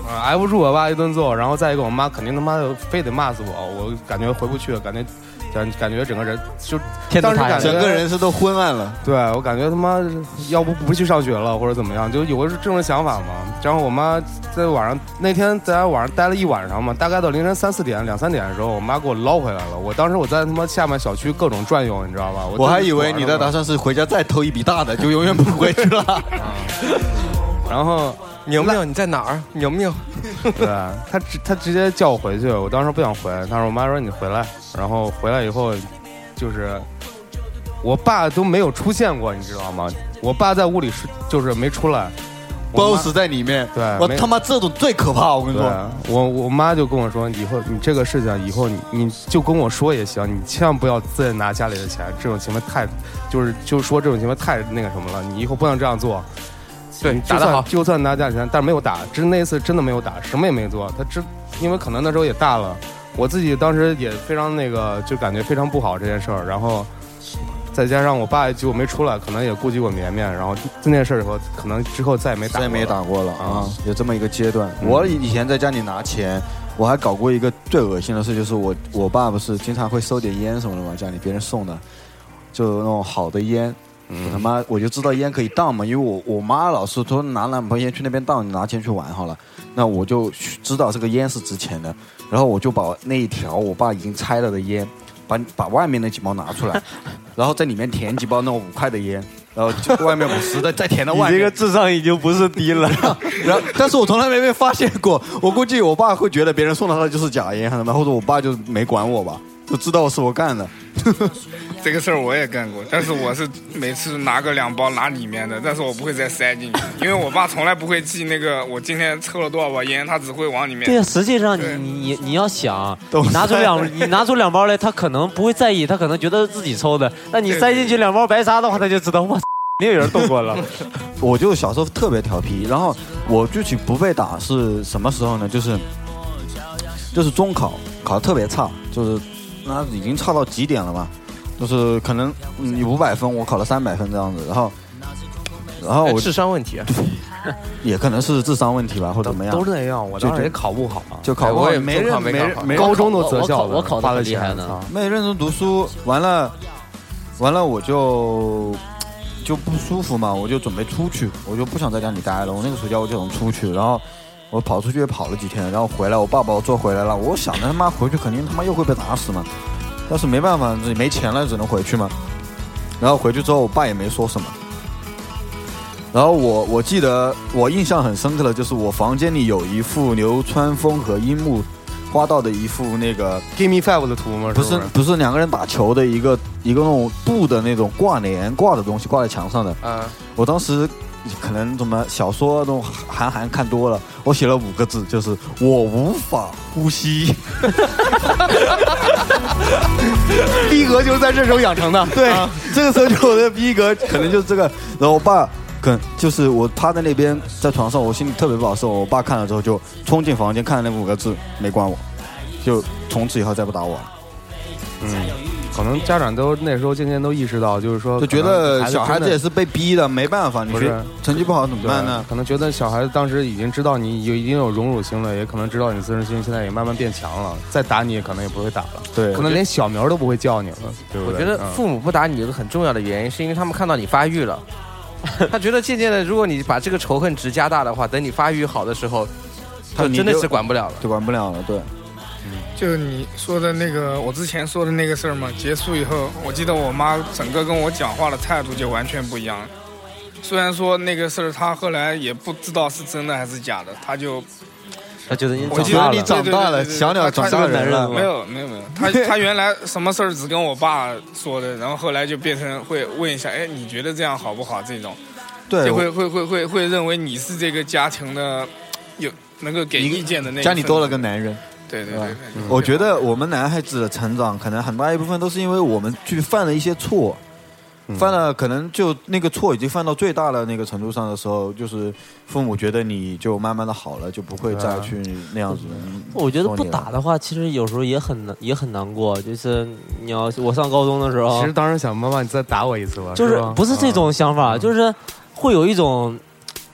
啊，挨不住我爸一顿揍，然后再一个我妈肯定他妈的非得骂死我，我感觉回不去了，感觉感感觉整个人就天都当时塌下来感觉整个人是都昏暗了。对我感觉他妈要不不去上学了或者怎么样，就有个这种想法嘛。然后我妈在晚上那天在家晚上待了一晚上嘛，大概到凌晨三四点两三点的时候，我妈给我捞回来了。我当时我在他妈下面小区各种转悠，你知道吧？我我还真的以为你的玩了打嘛算是回家再偷一笔大的，就永远不回去了。 然后牛没有？你在哪儿？牛没有？ 对啊他直他直接叫我回去，我当时不想回，但是我妈说你回来，然后回来以后就是我爸都没有出现过，你知道吗？我爸在屋里是就是没出来我妈 boss 在里面，对我没他妈这种最可怕，我跟你对啊说。我我妈就跟我说，以后你这个事情以后你你就跟我说也行，你千万不要再拿家里的钱，这种行为太就是就说这种行为太那个什么了，你以后不能这样做。对，就打得算好，就算拿价钱，但是没有打，真那次真的没有打，什么也没做。他真因为可能那时候也大了，我自己当时也非常那个，就感觉非常不好这件事儿。然后再加上我爸就没出来，可能也顾及我绵绵。然后自那事儿以后，可能之后再也没打，再也没。打过了啊啊，有这么一个阶段。嗯我以前在家里拿钱，我还搞过一个最恶心的事，就是我我爸不是经常会收点烟什么的嘛，家里别人送的，就那种好的嗯烟。我他妈我就知道烟可以当嘛，因为我我妈老是说拿男朋友烟去那边当，你拿钱去玩好了。那我就知道这个烟是值钱的，然后我就把那一条我爸已经拆了的烟，把把外面那几包拿 出来，然后在里面填几包那种五块的烟，然后就外面五十的再填到外面。智商已经不是低了， 然后，但是我从来没被发现过。我估计我爸会觉得别人送他的就是假烟，然后或者我爸就没管我吧，就知道我是我干的。这个事儿我也干过，但是我是每次拿个两包拿里面的，但是我不会再塞进去，因为我爸从来不会记那个我今天抽了多少包烟，他只会往里面。对呀，实际上你对你你你要想，都你拿出塞两你拿出两包来，他可能不会在意，他可能觉得自己抽的。那你对塞对进去两包白沙的话，他就知道哇，肯定有人动过了。我就小时候特别调皮，然后我具体不被打是什么时候呢？就是就是中考考得特别差，就是那已经差到极点了嘛，就是可能嗯你五百分，我考了三百分这样子，然后然后我智商问题啊， 也可能是智商问题吧，或者怎么样，都那样，我当时也考不好。哎就考不我好，也没中考人没没考人好没人高中都择校我考我考得花了很厉害钱啊呢操没认真读书，完了，完了我就就不舒服嘛，我就准备出去，我就不想在家里待了。我那个暑假我就想出去，然后我跑出去也跑了几天，然后回来我爸把我做回来了，我想着他妈回去肯定他妈又会被打死嘛，但是没办法，这没钱了只能回去嘛。然后回去之后我爸也没说什么。然后我我记得我印象很深刻的就是我房间里有一幅流川枫和樱木花道的一幅那个 Give me five 的图吗？不是是不是两个人打球的一个一个那种布的那种挂帘挂的东西挂在墙上的。啊，我当时可能怎么小说那种韩寒看多了，我写了五个字，就是我无法呼吸。逼格就是在这时候养成的。对，这个时候就我的逼格可能就是这个。然后我爸可能就是我趴在那边在床上，我心里特别不好受。我爸看了之后就冲进房间看了那五个字，没管我，就从此以后再不打我了。嗯可能家长都那时候渐渐都意识到，就是说就觉可能得小孩真子的也是被逼的，没办法，你不学是成绩不好怎么对办呢？可能觉得小孩子当时已经知道你有已经有荣辱心了，也可能知道你自尊心现在也慢慢变强了，再打你也可能也不会打了，对可能连小名儿都不会叫你了，对不我对？觉得嗯父母不打你有个很重要的原因，是因为他们看到你发育了， 他觉得渐渐的，如果你把这个仇恨值加大的话，等你发育好的时候，他就你真的就是管不了了。就管不了了，对。就你说的那个，我之前说的那个事儿嘛，结束以后，我记得我妈整个跟我讲话的态度就完全不一样了。虽然说那个事儿，她后来也不知道是真的还是假的，她就他觉得你我长记觉大得得你了，长大了对对对对小鸟他长他大是个人啊了没有没有没有，她 她原来什么事儿只跟我爸说的，然后后来就变成会问一下，哎，你觉得这样好不好？这种对，就会我会会会会认为你是这个家庭的有能够给一个意见的那一家里份嗯多了子个嗯男人。对对对对吧对，我觉得我们男孩子的成长，可能很大一部分都是因为我们去犯了一些错，嗯犯了可能就那个错已经犯到最大的那个程度上的时候，就是父母觉得你就慢慢的好了，就不会啊再去那样子。我觉得不打的话，其实有时候也很难，也很难过。就是你要我上高中的时候，其实当时想妈妈，你再打我一次啊吧，就是吧不是这种想法，嗯就是会有一种，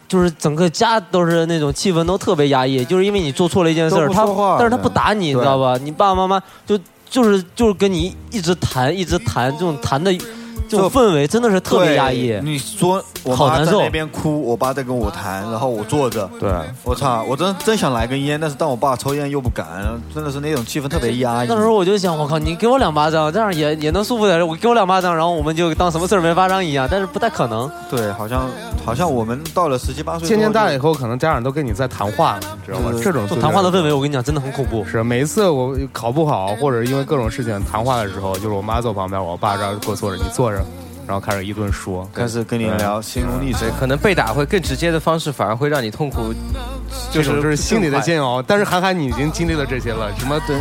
就是整个家都是那种气氛都特别压抑，就是因为你做错了一件事儿，都不他说话但是他对不打你，你知道吧？你爸爸妈妈就就是就是跟你一直谈一直谈，这种谈的这种就氛围真的是特别压抑对。你说我好妈难在受那边哭，我爸在跟我谈，然后我坐着，对，我操，我真真想来根烟，但是当我爸抽烟又不敢，真的是那种气氛特别压抑。那时候我就想，我靠，你给我两巴掌，这样也也能舒服点。我给我两巴掌，然后我们就当什么事儿没发生一样，但是不太可能。对，好像好像我们到了十七八岁之后就，渐渐大了以后，可能家长都跟你在谈话了，你知道吗嗯？这这种就种是谈话的氛围，我跟你讲，真的很恐怖。是每一次我考不好，或者因为各种事情谈话的时候，就是我妈坐旁边，我爸这儿给我坐着，你坐着，然后开始一顿说，嗯开始跟你聊心路历程对，。可能被打会更直接的方式，反而会让你痛苦。这种就是心理的煎熬。但是韩寒，你已经经历了这些了，什么对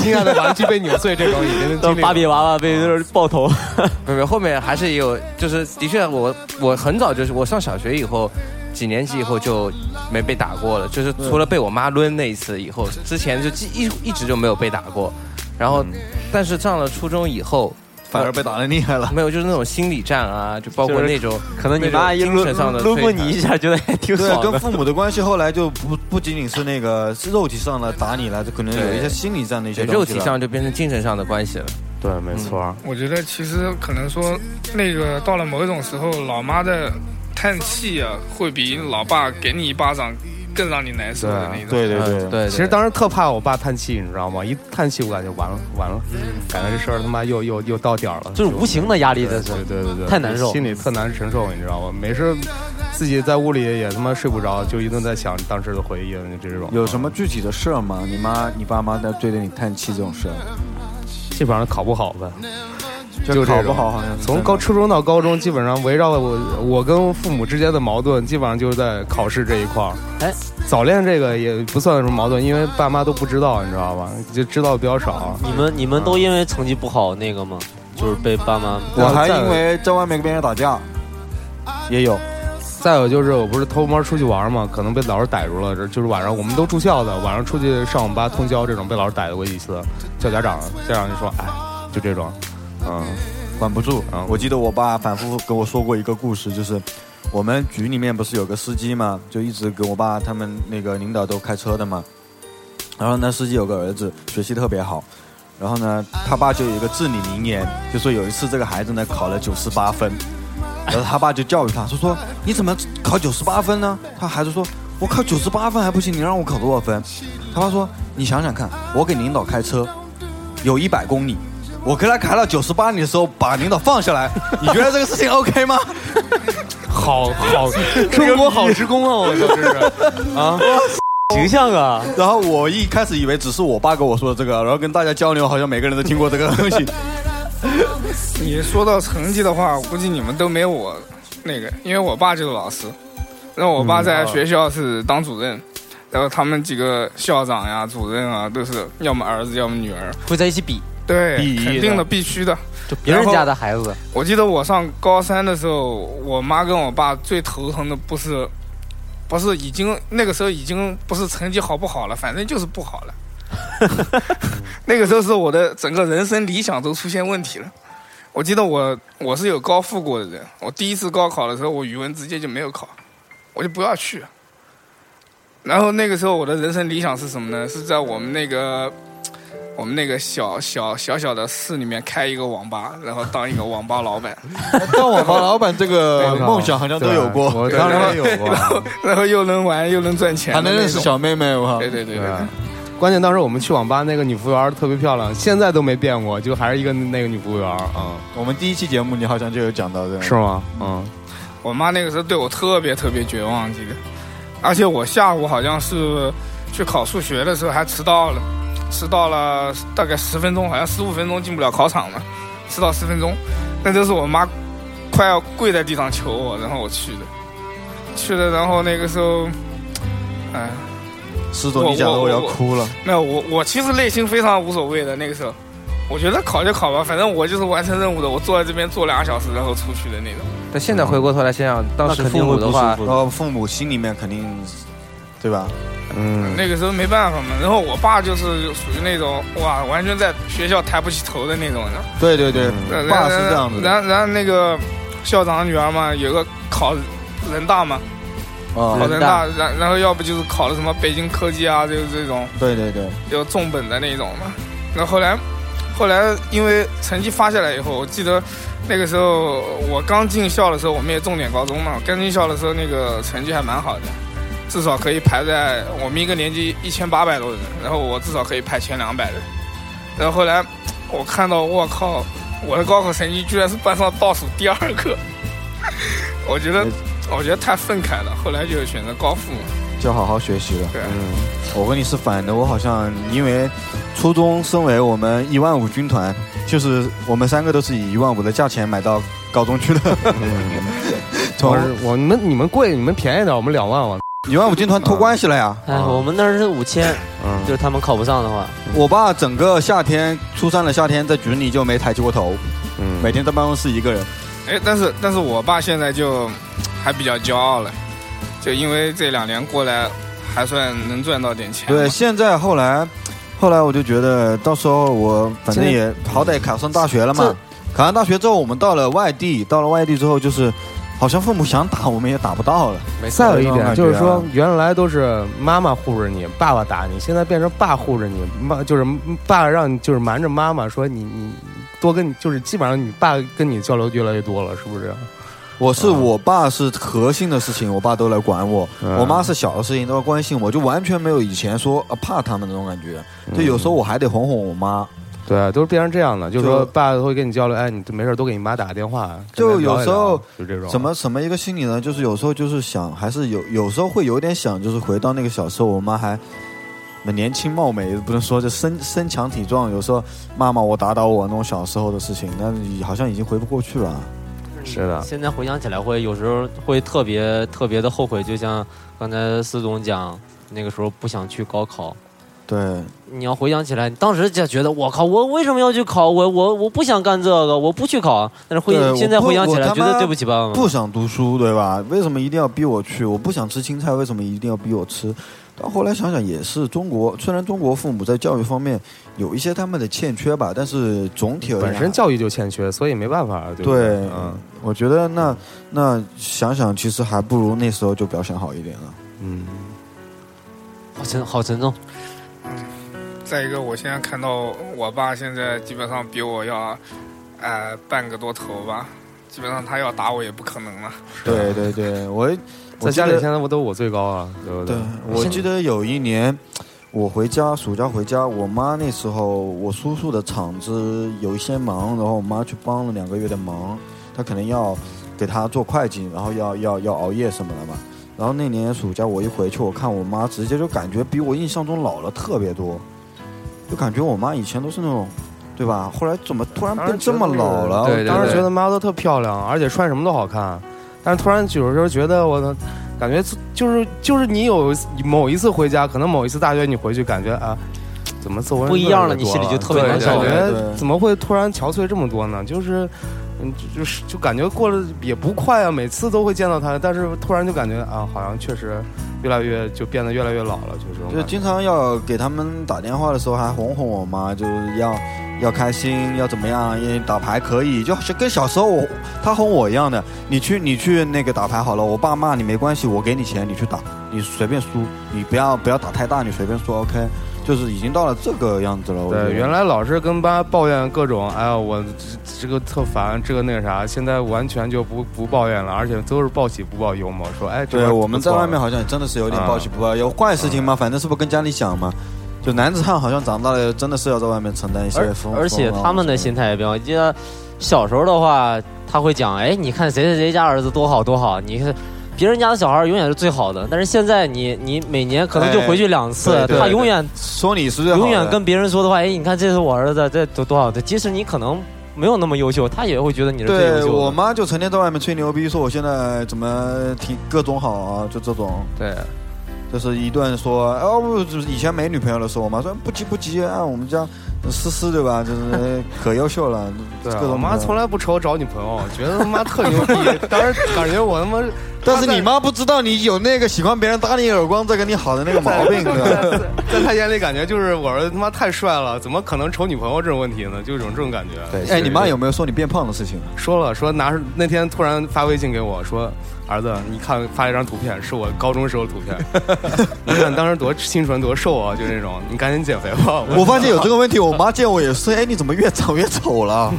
心爱的玩具被扭碎这种已 经经历芭了。比娃娃被啊就是爆头， 没有，没有后面还是也有，就是的确我我很早就是我上小学以后，几年级以后就没被打过了，就是嗯除了被我妈抡那一次以后，之前就记一一直就没有被打过。然嗯后，但是上了初中以后，反而被打得厉害了。没有，就是那种心理战啊，就包括那种可能你那种妈一精抡神上的抡过摧残你一下，觉得还挺对，爽跟的。父母的关系后来就不不仅仅是那个是肉体上的打你了，就可能有一些心理上的一些对东肉西体了上就变成精神上的关系了。嗯对，没错。嗯我觉得其实可能说，那个到了某一种时候，老妈的叹气啊，会比老爸给你一巴掌更让你难受的那种。对对嗯对。对，其实当时特怕我爸叹气，你知道吗？一叹气，我感觉完了完了，感觉这事儿他妈又又又到点儿了，就是无形的压力，对这是对对对对，太难受心里特难承受，你知道吗？没事，自己在屋里也他妈睡不着，就一顿在想当时的回忆，就这种。有什么具体的事儿吗？你妈、你爸妈在对着你叹气这种事儿，基本上考不好呗，就就这考种不好，好像是从高初中到高中，基本上围绕我我跟父母之间的矛盾，基本上就是在考试这一块儿。哎，早恋这个也不算什么矛盾，因为爸妈都不知道，你知道吧？就知道的比较少。你们你嗯们都因为成绩不好那个吗？就是被爸妈我还因为在外面跟别人打架，也有。再有就是，我不是偷摸出去玩嘛，可能被老师逮住了，这就是晚上我们都住校的，晚上出去上网吧通宵这种，被老师逮过一次，叫家长，家长就说，哎，就这种，嗯，管不住嗯。我记得我爸反复跟我说过一个故事，就是我们局里面不是有个司机嘛，就一直给我爸他们那个领导都开车的嘛。然后呢，司机有个儿子学习特别好，然后呢，他爸就有一个至理名言，就说有一次这个孩子呢考了九十八分，然后他爸就教育他，说说你怎么考九十八分呢？他孩子说，我考九十八分还不行，你让我考多少分？他爸说，你想想看，我给领导开车有一百公里，我跟他开到九十八里的时候把领导放下来，你觉得这个事情 OK 吗？ 好好，中国好职工啊，我操，这是。形象啊，啊然后我一开始以为只是我爸跟我说的这个，然后跟大家交流，好像每个人都听过这个东 西。你说到成绩的话，我估计你们都没有我那个，因为我爸就是老师，然后我爸在学校是当主任，然后他们几个校长呀、主任啊，都是要么儿子，要么女儿，会在一起比，对，比的肯定的，必须的。就别人家的孩子，我记得我上高三的时候，我妈跟我爸最头疼的不是，不是已经那个时候已经不是成绩好不好了，反正就是不好了。 那个时候是我的整个人生理想都出现问题了。我记得我我是有高复过的人，我第一次高考的时候，我语文直接就没有考，我就不要去。然后那个时候我的人生理想是什么呢？是在我们那个我们那个小小小小的市里面开一个网吧，然后当一个网吧 老板。当网吧老板这个对梦想好像都有过，我啊当然也有过。 然后又能玩又能赚钱，还能认识。小妹妹，我靠对！对对对对，关键当时我们去网吧，那个女服务员特别漂亮，现在都没变过，就还是一个那个女服务员啊、我们第一期节目你好像就有讲到这个，嗯，是吗？嗯，我妈那个时候对我特别特别绝望，记得。而且我下午好像是去考数学的时候还迟到了，迟到了大概十分钟，好像十五分钟进不了考场了，迟到十分钟。那都是我妈快要跪在地上求我，然后我去的，去了。然后那个时候，哎，施总，你讲的我要哭了。没有，我我其实内心非常无所谓的。那个时候，我觉得考就考吧，反正我就是完成任务的。我坐在这边坐两个小时，然后出去的那种。但现在回过头来想想，当那时肯父定会母不的舒话，服的。然后父母心里面肯定，对吧？嗯，那个时候没办法嘛。然后我爸就是属于那种哇，完全在学校抬不起头的那种人。对对对，然爸是这样子的然后然后那个校长的女儿嘛，有个考人大嘛，考啊，人大，然然后要不就是考了什么北京科技啊，就是这种。对对对，有重本的那种嘛。然后后来，后来因为成绩发下来以后，我记得那个时候我刚进校的时候，我们也重点高中嘛，刚进校的时候那个成绩还蛮好的，至少可以排在我们一个年级一千八百多人，然后我至少可以排前两百人。然后后来我看到，我靠，我的高考成绩居然是班上倒数第二个， 我觉得我觉得太愤慨了。后来就选择高复嘛，就好好学习了。嗯对我跟你是反的，我好像因为初中身为我们一万五军团，就是我们三个都是以一万五的价钱买到高中去的。嗯从我是我你们你们贵，你们便宜点，我们两万我，一万五军团托关系了呀！哎，我们那儿是五千，嗯就，是他们考不上的话，我爸整个夏天，初三的夏天在局里就没抬起过头，嗯每天在办公室一个人。哎，但是但是我爸现在就还比较骄傲了。就因为这两年过来还算能赚到点钱嘛。对，现在后来，后来我就觉得，到时候我反正也好歹考上大学了嘛。考上大学之后，我们到了外地，到了外地之后，就是好像父母想打我们也打不到了。再有一点就是这种说感，啊原来都是妈妈护着你，爸爸打你，现在变成爸护着你，妈就是爸让你就是瞒着妈妈说你你多跟你就是基本上你爸跟你交流越来越多了，是不是这样？我是我爸是核心的事情，我爸都来管我；我妈是小的嗯事情都来关心我，就完全没有以前说啊怕他们那种感觉。就有时候我还得哄哄我妈，对，啊都是变成这样的，就是说就爸会跟你交流，哎，你没事多给你妈打个电话，就跟她聊一有时聊候就这种啊怎么什么一个心理呢？就是有时候就是想，还是有有时候会有点想，就是回到那个小时候，我妈还那年轻貌美，不能说就身身强体壮，有时候骂骂我打打我那种小时候的事情，那你好像已经回不过去了。是啊的嗯现在回想起来会有时候会特别特别的后悔，就像刚才司总讲，那个时候不想去高考。对，你要回想起来，你当时就觉得我靠，我为什么要去考？我我我不想干这个，我不去考。啊但是回对我现在不回想起我来，他觉得妈对不起爸爸妈妈。不想读书，对吧？为什么一定要逼我去？我不想吃青菜，为什么一定要逼我吃？到后来想想也是，中国虽然中国父母在教育方面有一些他们的欠缺吧，但是总体而言本身教育就欠缺，所以没办法，对不对，嗯我觉得那那想想，其实还不如那时候就表现好一点了。嗯，好沉，好沉重。再一个，我现在看到我爸现在基本上比我要，呃，半个多头吧，基本上他要打我也不可能了。对对对，我在家里我记现在我都我最高啊，对不得对，我记得有一年我回家，暑假回家，我妈那时候我叔叔的厂子有一些忙，然后我妈去帮了两个月的忙，她可能要给他做会计，然后要要要熬夜什么的嘛。然后那年暑假我一回去，我看我妈直接就感觉比我印象中老了特别多，就感觉我妈以前都是那种，对吧？后来怎么突然当变时这么老了？对对对当时觉得妈都特漂亮，而且穿什么都好看，但是突然有时候觉得我的感觉就是就是你有某一次回家，可能某一次大学你回去感觉啊。怎么作文不一样了了，你心里就特别对难对受感对觉怎么会突然憔悴这么多呢？就是，嗯，就就是就感觉过了也不快啊，每次都会见到他，但是突然就感觉啊，好像确实越来越就变得越来越老了，就这种就感觉。经常要给他们打电话的时候还哄哄我妈，就是要要开心，要怎么样？也打牌可以，就好像跟小时候我他哄我一样的。你去你去那个打牌好了，我爸骂你没关系，我给你钱，你去打，你随便输，你不要不要打太大，你随便输，OK。就是已经到了这个样子了。我觉得对，原来老是跟妈抱怨各种，哎呀，我这这个特烦，这个那个啥，现在完全就不不抱怨了，而且都是报喜不报忧嘛，说哎，这啊对玩意儿我们不错在外面好像真的是有点报喜不报忧，有坏事情嘛，反正是不跟家里讲嘛。就男子汉好像长大了，真的是要在外面承担一些而风。而且风浪啊他们的心态也变。我记得小时候的话，他会讲，哎，你看谁谁谁家儿子多好多好，你看。别人家的小孩永远是最好的，但是现在你你每年可能就回去两次，哎对对他对永远说你是最好的永远跟别人说的话，哎，你看这是我儿子，这多多好的。即使你可能没有那么优秀，他也会觉得你是最优对秀的。我妈就成天在外面吹牛逼，说我现在怎么挺各种好啊，就这种，对，就是一顿说，哦，不就是以前没女朋友的时候，我妈说不急不急，啊，我们家思思对吧，就是哎可优 秀了，对各啊，种我妈的从，来不愁我找女朋友，觉得他妈特 牛逼， 当时感觉我他妈，但是你妈不知道你有那个喜欢别人打你耳光这个你好的那个毛 病，对吧？在她眼里感觉就是我儿子他妈太帅了，怎么可能愁女朋友这种问题呢？就有种这种感觉。对哎，你妈有没有说你变胖的事情？啊说了说拿那天突然发微信给我说，儿子，你看发了一张图片，是我高中时候的图片， 你看当时多清纯多瘦啊，就那种，你赶紧减肥吧。 我发现有这个问题，我妈见我也是，哎，你怎么越长越丑 了？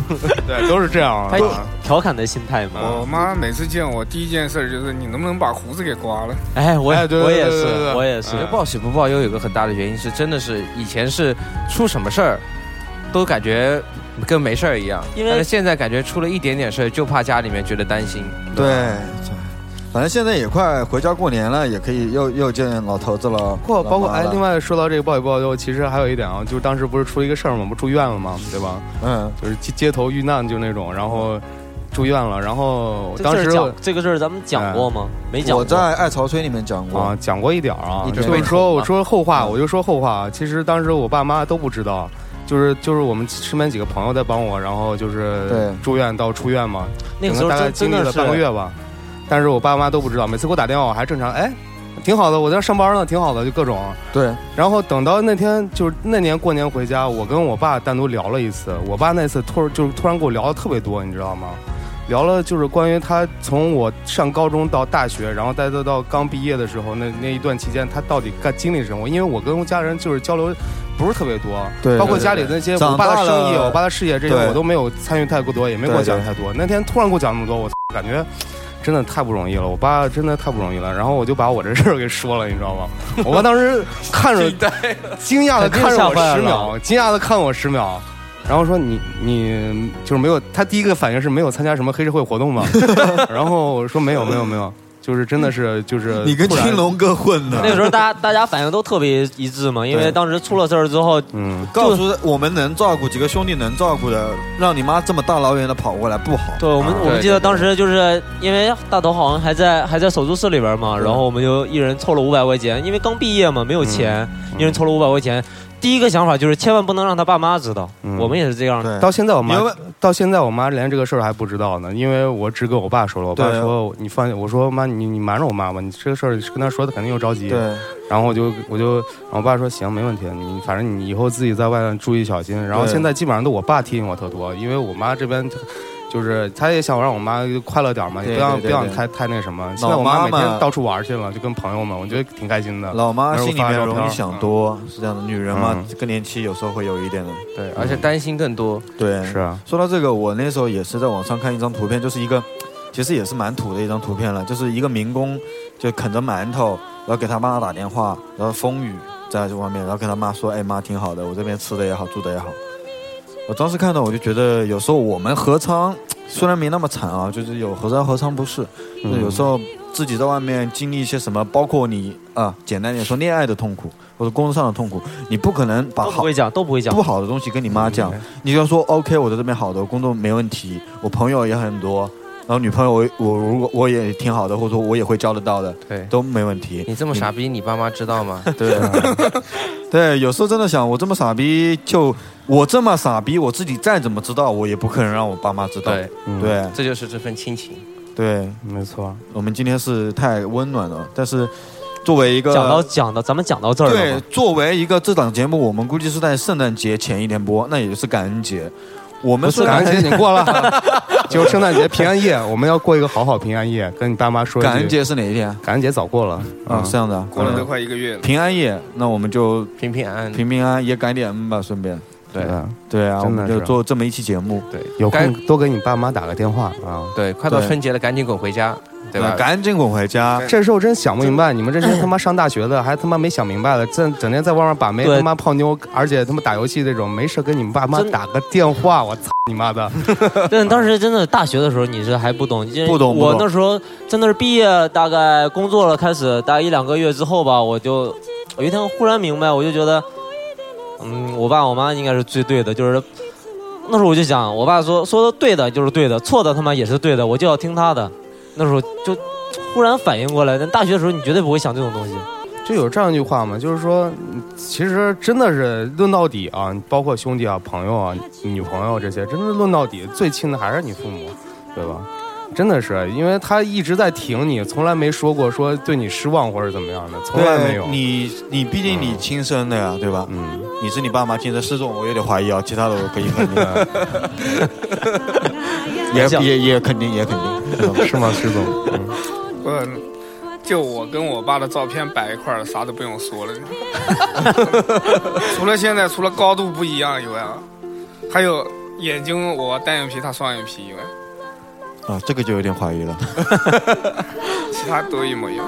对，都是这样啊他。有调侃的心态嘛。我妈每次见我第一件事就是你能不能把胡子给刮了？哎，我也哎对对我也对对对是，对我也是嗯。哎报喜不报忧有个很大的原因是，真的是以前是出什么事儿都感觉跟没事儿一样，因为但是现在感觉出了一点点事儿就怕家里面觉得担心。对，反正现在也快回家过年了，也可以又又见老头子了，包括包括老妈哎，了另外说到这个报喜不报忧，其实还有一点啊，就是当时不是出了一个事儿嘛，不住院了嘛，对吧？嗯。就是街街头遇难就那种，然后住院了，然后这当事儿时讲这个事儿咱们讲哎过吗？没讲我过。在《爱潮吹》里面讲过，啊讲过一点儿啊一，直就被是说捅我嘛说后话，嗯我就说后话。其实当时我爸妈都不知道。就是就是我们身边几个朋友在帮我，然后就是对住院到出院嘛，那个时可能候大概真经真历的了是半个月吧。但是我爸妈都不知道，每次给我打电话我还正常，哎，挺好的，我在上班呢，挺好的，就各种。对，然后等到那天就是那年过年回家，我跟我爸单独聊了一次，我爸那次突就是突然给我聊的特别多，你知道吗？聊了就是关于他从我上高中到大学，然后再到到刚毕业的时候那那一段期间，他到底干经历什么？因为我跟家人就是交流不是特别多，对包括对家里那些长我爸大的生意、了我爸的事业这些，对我都没有参与太过多，也没给我讲太多。那天突然给我讲那么多，我感觉真的太不容易了，我爸真的太不容易了。然后我就把我这事儿给说了，你知 道吗？我爸当时看着惊讶的看着我十秒，惊讶的看我十秒，然后说你你就是没有，他第一个反应是没有参加什么黑社会活动吗？ 然后我说没有没有没有，就是真的是就是你跟突然青龙哥混的那，个时候大家大家反应都特别一致嘛，因为对当时出了事儿之后，嗯告诉我们能照顾几个兄弟能照顾的，让你妈这么大老远的跑过来不好。对我们啊我们记得对对当时就是因为大头好像还在还在手术室里边嘛，然后我们就一人凑了五百块钱，因为刚毕业嘛嗯没有钱，一人凑了五百块钱。第一个想法就是千万不能让他爸妈知道，嗯我们也是这样的。对，到现在我妈你问到现在我妈连这个事儿还不知道呢，因为我只跟我爸说了，我爸对说你放心，我说妈你你瞒着我妈吧，你这个事儿跟她说她肯定又着急。对，然后我就我就，我爸说行，没问题，你反正你以后自己在外面注意小心。然后对现在基本上都我爸提醒我特多，因为我妈这边就是她也想让我妈快乐点儿嘛，也对不想对不对想对太太那什么。现在老我妈妈每天妈到处玩去了，就跟朋友们，我觉得挺开心的。老妈心里面容易想多，是这样的，女人嘛嗯，更年期有时候会有一点的。对，而且担心更多。嗯对，是啊，说到这个，我那时候也是在网上看一张图片，就是一个，其实也是蛮土的一张图片了，就是一个民工就啃着馒头，然后给他妈打电话，然后风雨在这外面，然后跟他妈说：“哎妈，挺好的，我这边吃的也好，住的也好。”我当时看到我就觉得，有时候我们何尝虽然没那么惨啊，就是有何尝何尝不是？嗯就有时候自己在外面经历一些什么，包括你啊，简单点说，恋爱的痛苦或者工作上的痛苦，你不可能把都不好会讲，都不会讲嗯不。好的东西跟你妈讲，你就说 OK，我在这边好的，我工作没问题，我朋友也很多，然后女朋友我我如果我也挺好的，或者说我也会交得到的，对，都没问题。你这么傻逼，你爸妈知道吗？嗯对啊， 对，有时候真的想，我这么傻逼，就我这么傻逼，我自己再怎么知道，我也不可能让我爸妈知道。对，嗯，对这就是这份亲情。对，没错。我们今天是太温暖了，但是作为一个讲到讲到，咱们讲到这儿了对嘛，，作为一个这档节目，我们估计是在圣诞节前一天播，那也就是感恩节。我们不虽是然啊感恩节已经过 了，就圣诞节平安夜，我们要过一个好好平安夜，跟你爸妈说一句感恩，节是哪一天啊？感恩节早过了啊，是这样的啊，过了都嗯快一个月了。平安夜，那我们就平平安安，平平安安也感点恩吧，顺便。对啊，对啊，我真的们是就做这么一期节目，对，有该空多给你爸妈打个电话啊。对，快到哦对嗯春节了，赶紧滚回家，对吧？赶紧滚回家。这时候真想不明白，你们这些他妈上大学的，还他妈没想明白了，整整天在外面把妹，对他妈泡妞，而且他妈打游戏这种，没事跟你们爸妈真打个电话，我操你 妈的！但当时真的大学的时候你是还不懂，因为不懂不懂我那时候真的是毕业大概工作了，开始大概一两个月之后吧，我就有一天忽然明白，我就觉得，嗯，我爸我妈应该是最对的，就是那时候我就想，我爸说说的对的就是对的，错的他妈也是对的，我就要听他的。那时候就忽然反应过来，但大学的时候你绝对不会想这种东西。就有这样一句话嘛，就是说，其实真的是论到底啊，包括兄弟啊、朋友啊、女朋友这些，真是论到底最亲的还是你父母，对吧？真的是，因为他一直在挺你，从来没说过说对你失望或者怎么样的，从来没有。你你毕竟你亲生的呀，对吧？嗯，你是你爸妈亲生，是这种我有点怀疑啊，其他的我可以肯定的。也也也肯定也 肯定，是吗，石总？嗯我就我跟我爸的照片摆一块儿了，啥都不用说了。 除了现在，除了高度不一样以外啊，还有眼睛我单眼皮，他双眼皮以外，啊，这个就有点怀疑了。其他都一模一样。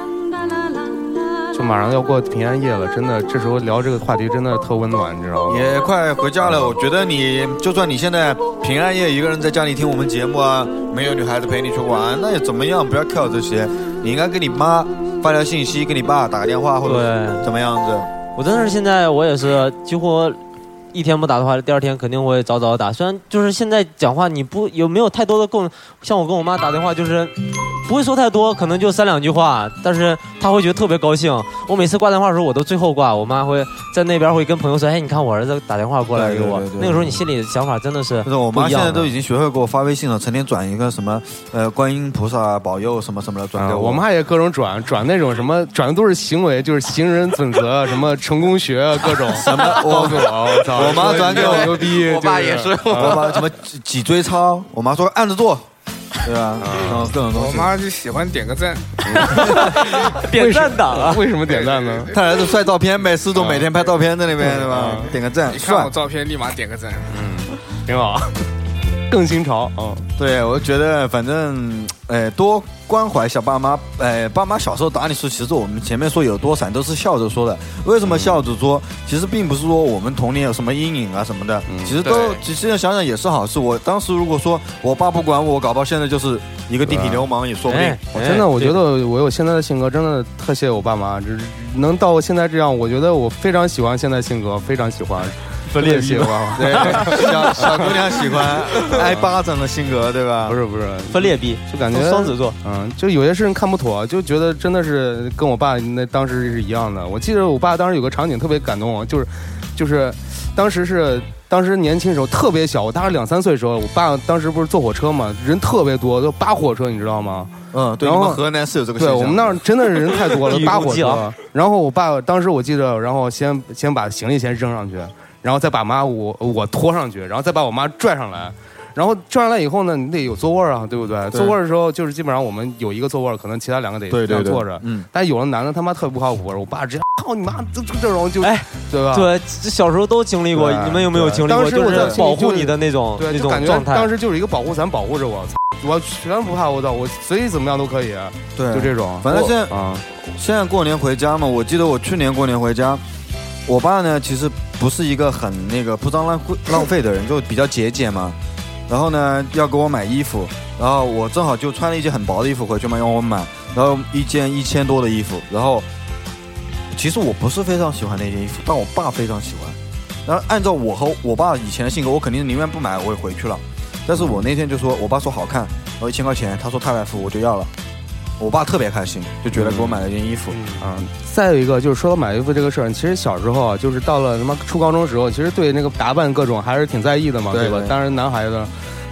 就马上要过平安夜了，真的，这时候聊这个话题真的特温暖，你知道吗？也快回家了，我觉得你就算你现在平安夜一个人在家里听我们节目啊，没有女孩子陪你去玩，那又怎么样？不要跳这些，你应该跟你妈发条信息，跟你爸打个电话，或者对怎么样子。我真的是现在我也是几乎一天不打的话，第二天肯定会早早打。虽然就是现在讲话，你不有没有太多的共，像我跟我妈打电话就是不会说太多，可能就三两句话，但是她会觉得特别高兴。我每次挂电话的时候，我都最后挂，我妈会在那边会跟朋友说：“哎，你看我儿子打电话过来给我。对对对对那个时候你心里的想法真的是但是我妈不一现样在都的已经学会给我发微信了，成天转一个什么呃观音菩萨保佑什么什么的转给啊，我。我妈也各种转转那种什么转的都是行为，就是行人准则，啊什么成功学啊各种。什么？ 告诉我，我操！我妈转给我牛逼，我爸就啊也是，我妈什么脊脊椎操，我妈说按着做，对吧？啊然后各种东我西。妈就喜欢点个赞，点赞党啊。为什么点赞啊呢？她儿子晒照片呗，四总每天拍照片在那边，对啊吧？点个赞，一看算我。照片立马点个赞。挺好，啊 更新潮啊！对，我觉得反正，哎，多关怀小爸妈，哎，爸妈小时候打你时候，其实我们前面说有多闪，都是笑着说的。为嗯什么笑着说？其实并不是说我们童年有什么阴影啊什么嗯的，其实都对，其实想想也是好事。我当时如果说我爸不管我，搞不好现在就是一个地啊痞流氓也说不定哎。我真的，我觉对得我有现在的性格，真的特谢我爸妈，这能到现在这样，我觉得我非常喜欢现在性格，非常喜欢，分裂喜欢。啊对，小小姑娘喜欢挨巴掌的性格，对吧不？是不是，分裂逼，就感觉双子座，嗯，就有些事情看不妥，就觉得真的是跟我爸那当时是一样的。我记得我爸当时有个场景特别感动啊，就是，就是，当时是当时年轻时候特别小，我大概两三岁的时候，我爸当时不是坐火车嘛，人特别多，就扒火车，你知道吗？嗯，对，然我后们河南是有这个现对象。我们那儿真的是人太 多了，一扒股火劲车啊。然后我爸当时我记得，然后先先把行李先扔上去，然后再把妈我我拖上去，然后再把我妈拽上来。然后拽上来以后呢，你得有座位儿啊，对不对？对座位儿的时候就是基本上我们有一个座位儿，可能其他两个得对这对样对坐着。嗯，但有的男的他妈特别不靠谱，我爸直接操你妈，这这这种就哎，对吧？对，这小时候都经历过，对你们有没有经历当过？时就我在是心里保就护是你的那种对，那就感种觉状态。当时就是一个保护伞保护着我，操我全不怕，我操，我随意怎么样都可以，啊对，就这种。反正现在啊，现在过年回家嘛，我记得我去年过年回家，我爸呢其实不是一个很那个铺张浪费浪费的人，就比较节俭嘛。然后呢，要给我买衣服，然后我正好就穿了一件很薄的衣服回去嘛，让我买，然后一件一千多的衣服，然后其实我不是非常喜欢那件衣服，但我爸非常喜欢。然后按照我和我爸以前的性格，我肯定宁愿不买，我也回去了。但是我那天就说，我爸说好看，然后一千块钱，他说太白服，我就要了。我爸特别开心，就觉得给我买了一件衣服。啊嗯，再有一个就是说到买衣服这个事儿，其实小时候啊，就是到了他妈初高中时候，其实对那个打扮各种还是挺在意的嘛，对吧对？当然男孩子，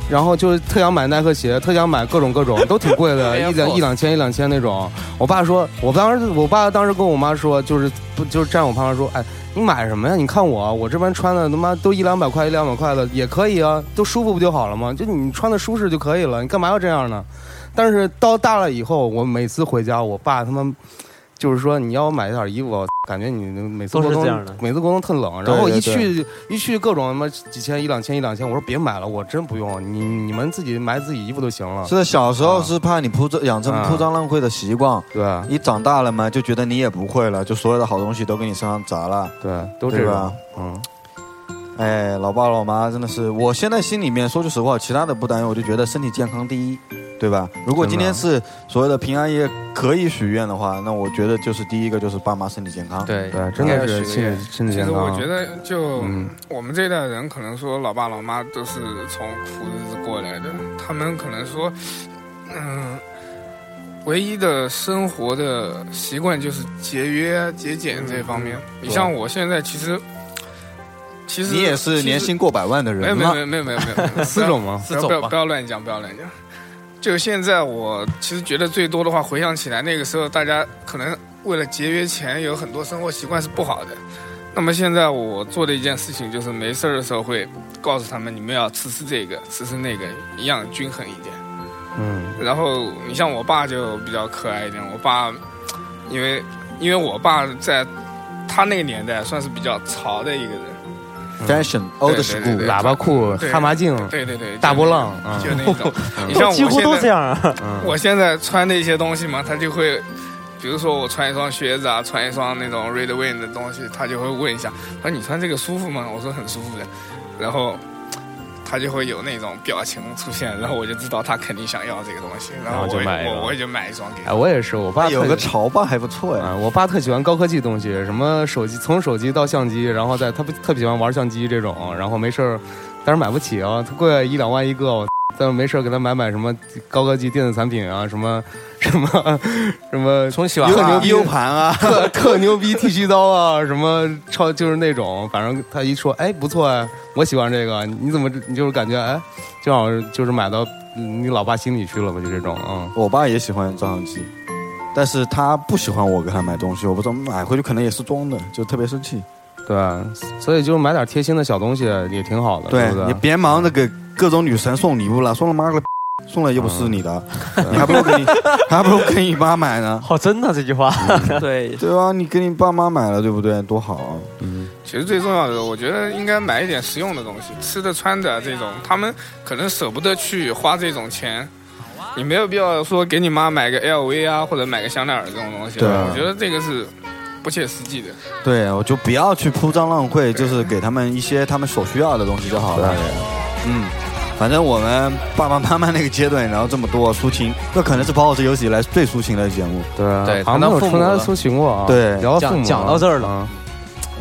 然后就是特想买耐克鞋，特想买各种各种，都挺贵 哎的， Air 一两 Force 一两千一两千那种。我爸说，我当时我爸当时跟我妈说，就是不就是站我旁边说，哎，你买什么呀？你看我，我这边穿的他妈都一两百块一两百块的也可以啊，都舒服不就好了吗？就你穿的舒适就可以了，你干嘛要这样呢？但是到大了以后，我每次回家，我爸他妈就是说你要我买点衣服，我感觉你每次都是过冬这样的每次过冬特冷，对然后对一对去一去各种什么几千一两千一两千，我说别买了，我真不用，你你们自己买自己衣服都行了。是小时候是怕你铺张养成啊铺张浪费的习惯，对你长大了嘛，就觉得你也不会了，就所有的好东西都给你身上砸了，对，都对这吧样。？嗯，哎，老爸老妈真的是，我现在心里面说句实话，其他的不担忧，我就觉得身体健康第一，对吧？如果今天是所谓的平安夜可以许愿的话，那我觉得就是第一个就是爸妈身体健康。对对，真的是现身体身体其健实啊康。我觉得，就嗯我们这一代人，可能说老爸老妈都是从苦日子过来的，他们可能说，嗯，唯一的生活的习惯就是节约啊、节俭这方嗯面。你像我现在，其实，其实你也是年。薪过百万的其实人没有吗？没有没有没有没 有没有四种吗？不要不要不要乱讲，不要乱讲。就现在，我其实觉得最多的话，回想起来那个时候，大家可能为了节约钱，有很多生活习惯是不好的。那么现在我做的一件事情，就是没事儿的时候会告诉他们，你们要吃吃这个，吃吃那个，一样均衡一点。嗯，然后你像我爸就比较可爱一点，我爸因为因为我爸在他那个年代算是比较潮的一个人， ，fashion old 嗯对对 school，对对喇叭裤、对哈麻镜，对对对，就大波那浪种嗯就那 种。你像都我几乎现都在这样啊。嗯 我现在穿的一些东西嘛，他就会，比如说我穿一双靴子啊，穿一双那种 Red Wing 的东西，他就会问一下，他说你穿这个舒服吗？我说很舒服的，然后他就会有那种表情出现，然后我就知道他肯定想要这个东西，然然后后就我也买一个我我也就买一双给哎，他。我也是，我爸有特个潮爸还不错呀啊，。我爸特喜欢高科技东西，什么手机，从手机到相机，然后再他不特别喜欢玩相机这种，然后没事儿，但是买不起啊，他贵一两万一个，我 但是没事儿给他买买什么高科技电子产品啊，什么什么什么冲洗娃有娃很牛逼 U 盘 啊，特特牛逼剃须刀啊，什么超就是那种，反正他一说，哎，不错啊，我喜欢这个，你怎么你就是感觉哎，正好就是买到嗯你老爸心里去了吧，就这种，嗯，我爸也喜欢照相机，但是他不喜欢我给他买东西，我不知道买回去可能也是装的，就特别生气。对，所以就是买点贴心的小东西也挺好的，对不你对？别忙着给各种女神送礼物了，送了妈个送了又不是你的，你还不如给你还不如给你妈买呢。好真的这句话，对，对啊，你给你爸妈买了，对不对？多好啊！其实最重要的，我觉得应该买一点实用的东西，吃的、穿的这种，他们可能舍不得去花这种钱。你没有必要说给你妈买个 LV 啊，或者买个香奈儿这种东西，对啊我觉得这个是不切实际的。对，我就不要去铺张浪费，就是给他们一些他们所需要的东西就好了。嗯，反正我们爸爸妈妈那个阶段聊这么多抒情，这可能是跑火车有史以来最抒情的节目。对啊对好像没谈到父有从母来了搜寻过啊，对聊到讲父母讲到这儿了啊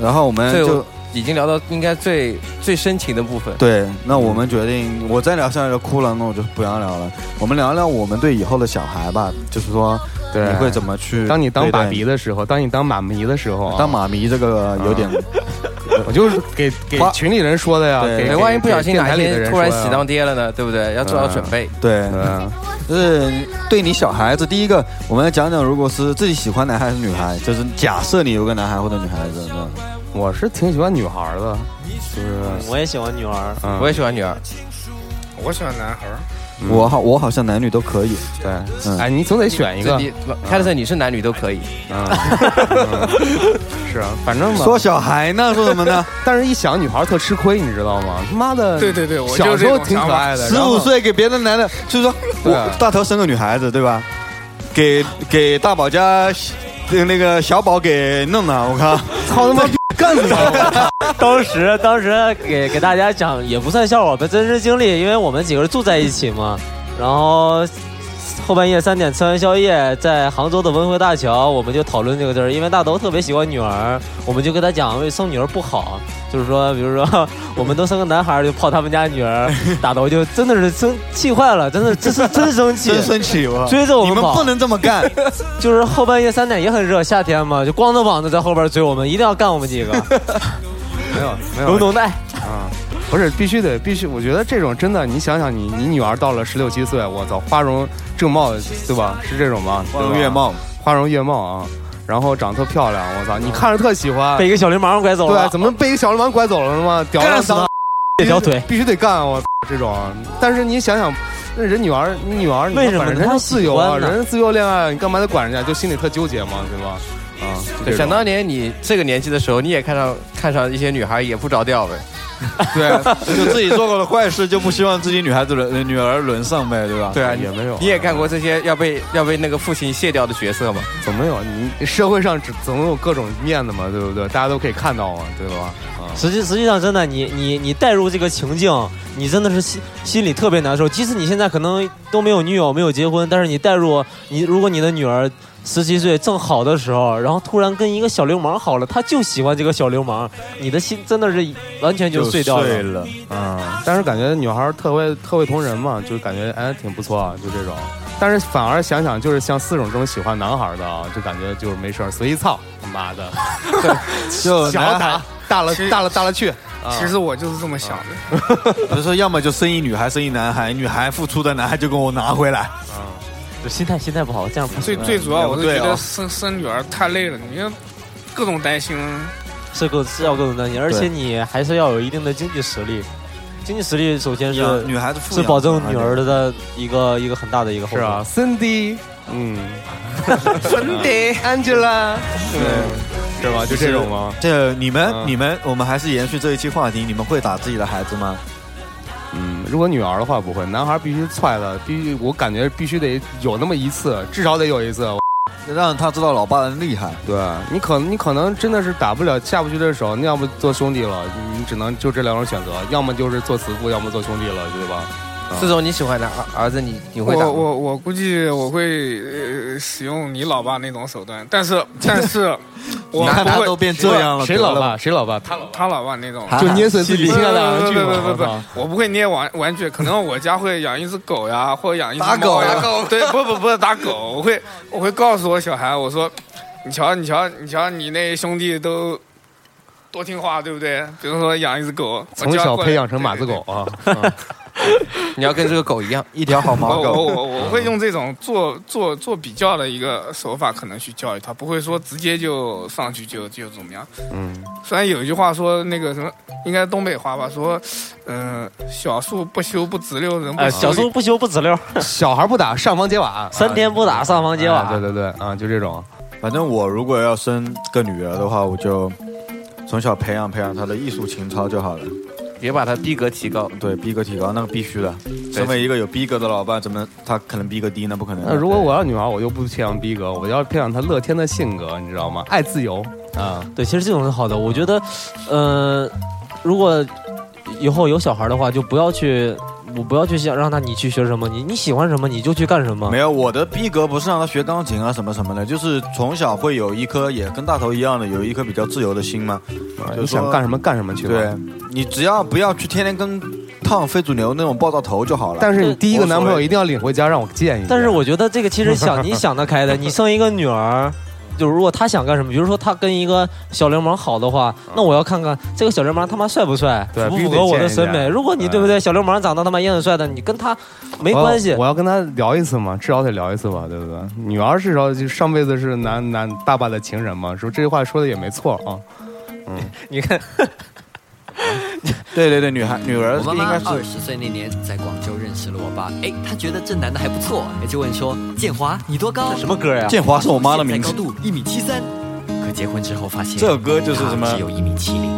然后我们最就已经聊到应该最最深情的部分。对，那我们决定，我再聊下来就哭了，那我就不要聊了。我们聊聊我们对以后的小孩吧，就是说对，你会怎么去当你当对待爸比的时候，当你当妈咪的时候啊，当妈咪这个有点我就是给给花群里人说的呀，对给对，啊万一不小心给 哪电台一里的天人突然说呀喜当爹了呢，对不对？要做好嗯准备。呃对，对就是对你小孩子，第一个我们要讲讲，如果是自己喜欢男孩还是女孩，就是假设你有个男孩或者女孩子，那我是挺喜欢女孩儿的，就是我也喜欢女儿，嗯我也喜欢女儿，我喜欢男孩儿，我好我好像男女都可以，嗯对，哎，你总得选一个这，你凯特森，你是男女都可以。 嗯，是啊，反正吧，说小孩呢，说什么呢？ 但是一想女孩儿特吃亏，你知道吗？他妈的，对对对我就小是时这候种挺可想法爱的，十然五后岁给别的男的，就是说对我大头生个女孩子，对吧？给给大宝家呃那个小宝给弄了，我靠， 操 他妈逼干死他！ 当时当时给给大家讲也不算笑话吧，真实经历，因为我们几个人住在一起嘛，然后。后半夜三点吃完宵夜，在杭州的文汇大桥，我们就讨论这个事儿。因为大头特别喜欢女儿，我们就跟他讲，为生女儿不好，就是说，比如说我们都生个男孩儿就泡他们家女儿，大头就真的是生气坏了，真的真是真生气， 真生气我。追着我你们跑不能这么干， 就是后半夜三点也很热，夏天嘛，就光着膀子在后边追我们，一定要干我们几个， 没有懂没不有懂的？啊，不是必须得必须，我觉得这种真的，你想想你你女儿到了十六七岁，我操，花容正茂对吧？是这种吗？花容对吧月貌，花容月貌啊，然后长得特漂亮，我操，你看着特喜欢被。一个小流氓拐走对，了，怎么被一个小流氓拐走了呢吗？屌干了死当他，这条腿。必须得干我操这种。但是你想想，那人女儿，你女儿，你为什么本身人她家喜自由啊，欢呢人家自由恋爱，你干嘛得管人家？就心里特纠结嘛，对吧？啊，对，就这种想当年你这个年纪的时候，你也看上看上一些女孩，也不着调呗。对，就自己做过的坏事，就不希望自己女孩子轮呃女儿轮上呗，对吧？对啊，也没有啊你也干过这些要被要被那个父亲卸掉的角色嘛？总没有你社会上只总有各种面子嘛，对不对？大家都可以看到嘛，对吧？啊，实际实际上真的，你你你带入这个情境，你真的是心心里特别难受。即使你现在可能都没有女友，没有结婚，但是你带入你，如果你的女儿十七岁正好的时候，然后突然跟一个小流氓好了，她就喜欢这个小流氓，你的心真的是完全就碎掉了。了。啊，但是感觉女孩儿特会特会同人嘛，就是感觉哎挺不错啊，就这种。但是反而想想，就是像四种这种喜欢男孩儿的啊，就感觉就是没事儿随意操，他妈的，就小男孩打大了大了大了去，啊其实我就是这么想的。他说，要么就生一女孩，生一男孩，女孩付出的，男孩就给我拿回来。就心态心态不好，这样不最行最主要，我是觉对哦得生生女儿太累了，你要各种担心。是个是要各种担心，而且你还是要有一定的经济实力。经济实力首先是养女孩子富是养保证女儿的的一个一个很大的一个后是啊果。 ，Cindy，嗯 ，Cindy，Angela，对，是吧？就这种吗？这你们、嗯你们，我们还是延续这一期话题，你们会打自己的孩子吗？嗯，如果女儿的话不会，男孩必须踹的，必须我感觉必须得有那么一次，至少得有一次。我让他知道老爸的厉害。对啊你可你可能真的是打不了下不去这手，你要不做兄弟了，你只能就这两种选择，要么就是做慈父，要么做兄弟了，对吧？啊四总，你喜欢的儿儿子，你你会我打吗？我我估计我会、呃、使用你老爸那种手段，但是但 是我你看不他会都变这样了，谁得老了吧？爸？谁老爸？他老爸他老爸那种。啊就捏碎自己心爱的玩具不不嘛。不不我操不，我不会捏玩玩具，可能我家会养一只狗呀，或者养一只打狗猫呀打狗对，不不不是打狗，我会我会告诉我小孩，我说，你瞧你瞧你瞧你那兄弟都多听话，对不对？比如说养一只狗，我从教小会培养成马子狗，啊！嗯你要跟这个狗一样，一条 好对马对哦对我狗，我我我会用这种做做做比较的一个手法，可能去教育他，不会说直接就上去就就怎么样。嗯，虽然有一句话说那个什么，应该东北话吧，说，嗯、小树不修不直溜，人不哎，修小理苏不修不指溜， 小孩不打上房揭瓦，嗯 三天不打上房揭瓦啊。对对对，啊，就这种。反正我如果要生个女儿的话，我就从小培养培养她的艺术情操就好了。别把它逼格提高。对，逼格提高那个必须的。身为一个有逼格的老爸，怎么他可能逼格低？那不可能的。那呃如果我要女儿，我就不培养逼格，我要培养她乐天的性格，你知道吗？爱自由啊，对，其实这种是好的。我觉得，呃，如果以后有小孩的话，就不要去，我不要去想让他你去学什么，你你喜欢什么你就去干什么没。有，我的逼格不是让他学钢琴啊什么什么的，就是从小会有一颗也跟大头一样的，有一颗比较自由的心嘛。就啊想干什么干什么去吧。对，你只要不要去天天跟烫非主流那种爆炸头就好了。但是你第一个男朋友一定要领回家，让我啊见一下。但是我觉得这个其实想你想得开的，你生一个女儿。就如果他想干什么，比如说他跟一个小流氓好的话，那我要看看这个小流氓他妈帅不帅，对符不必须符得合我的见一审美。下如果你对不对，小流氓长得他妈也很帅的，你跟他没我要关系哦我。要跟他聊一次嘛，至少得聊一次吧，对不对？女儿至少就上辈子是男男大爸的情人嘛，是不是？这句话说的也没错啊。 你看， 对对对，女孩女儿我妈应妈该二是十岁那年在广州认识了我爸，哎，她觉得这男的还不错，也就问说：“建华，你多高？”什么歌呀？建华是我妈的现在名字高。度一米七三。可结婚之后发现，这首歌就是她什么只有一米七零，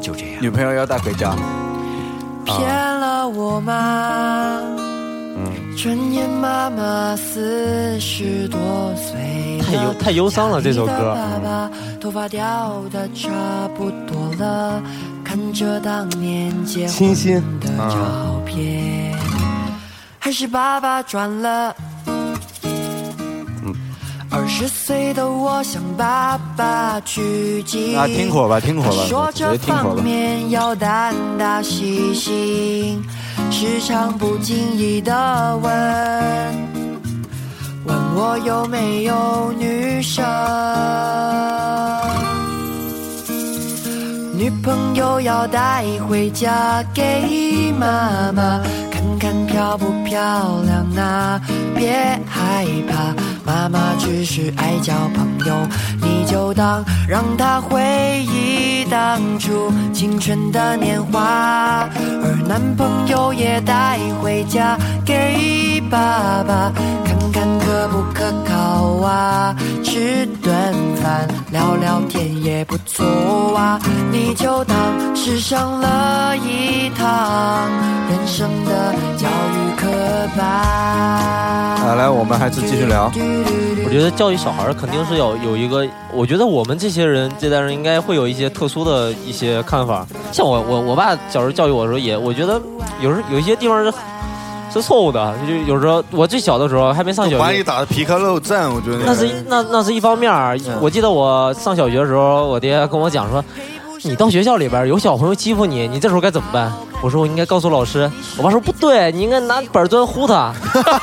就这样。女朋友要带回家，骗了我妈，嗯转眼妈妈四十多岁了，太忧太忧伤了这首歌家里的爸爸头发掉的差不多了，看着当年结清婚新的嗯啊照片，还是爸爸赚了。二十岁的我向爸爸取经。啊，听火吧，听火吧，说直接这听火方吧。面要胆大细心，时常不经意的问，问我有没有女生，女朋友要带回家给妈妈看看漂不漂亮啊，别害怕，妈妈只是爱交朋友，你就当让她回忆当初青春的年华，而男朋友也带回家给爸爸看看可不可靠啊，吃顿饭聊聊天也不错啊，你就当是上了一堂人生的教育课吧。啊，来，我们还是继续聊。我觉得教育小孩儿肯定是要有一个，我觉得我们这些人这代人应该会有一些特殊的一些看法。像我我我爸小时候教育我的时候也，我觉得有时有一些地方是是错误的，就有时候我最小的时候还没上小把你学。打的皮开肉绽，我觉得那是一那那是一方面儿嗯，我记得我上小学的时候，我爹跟我讲说，你到学校里边儿有小朋友欺负你，你这时候该怎么办？我说我应该告诉老师。我爸说不对，你应该拿板砖呼他。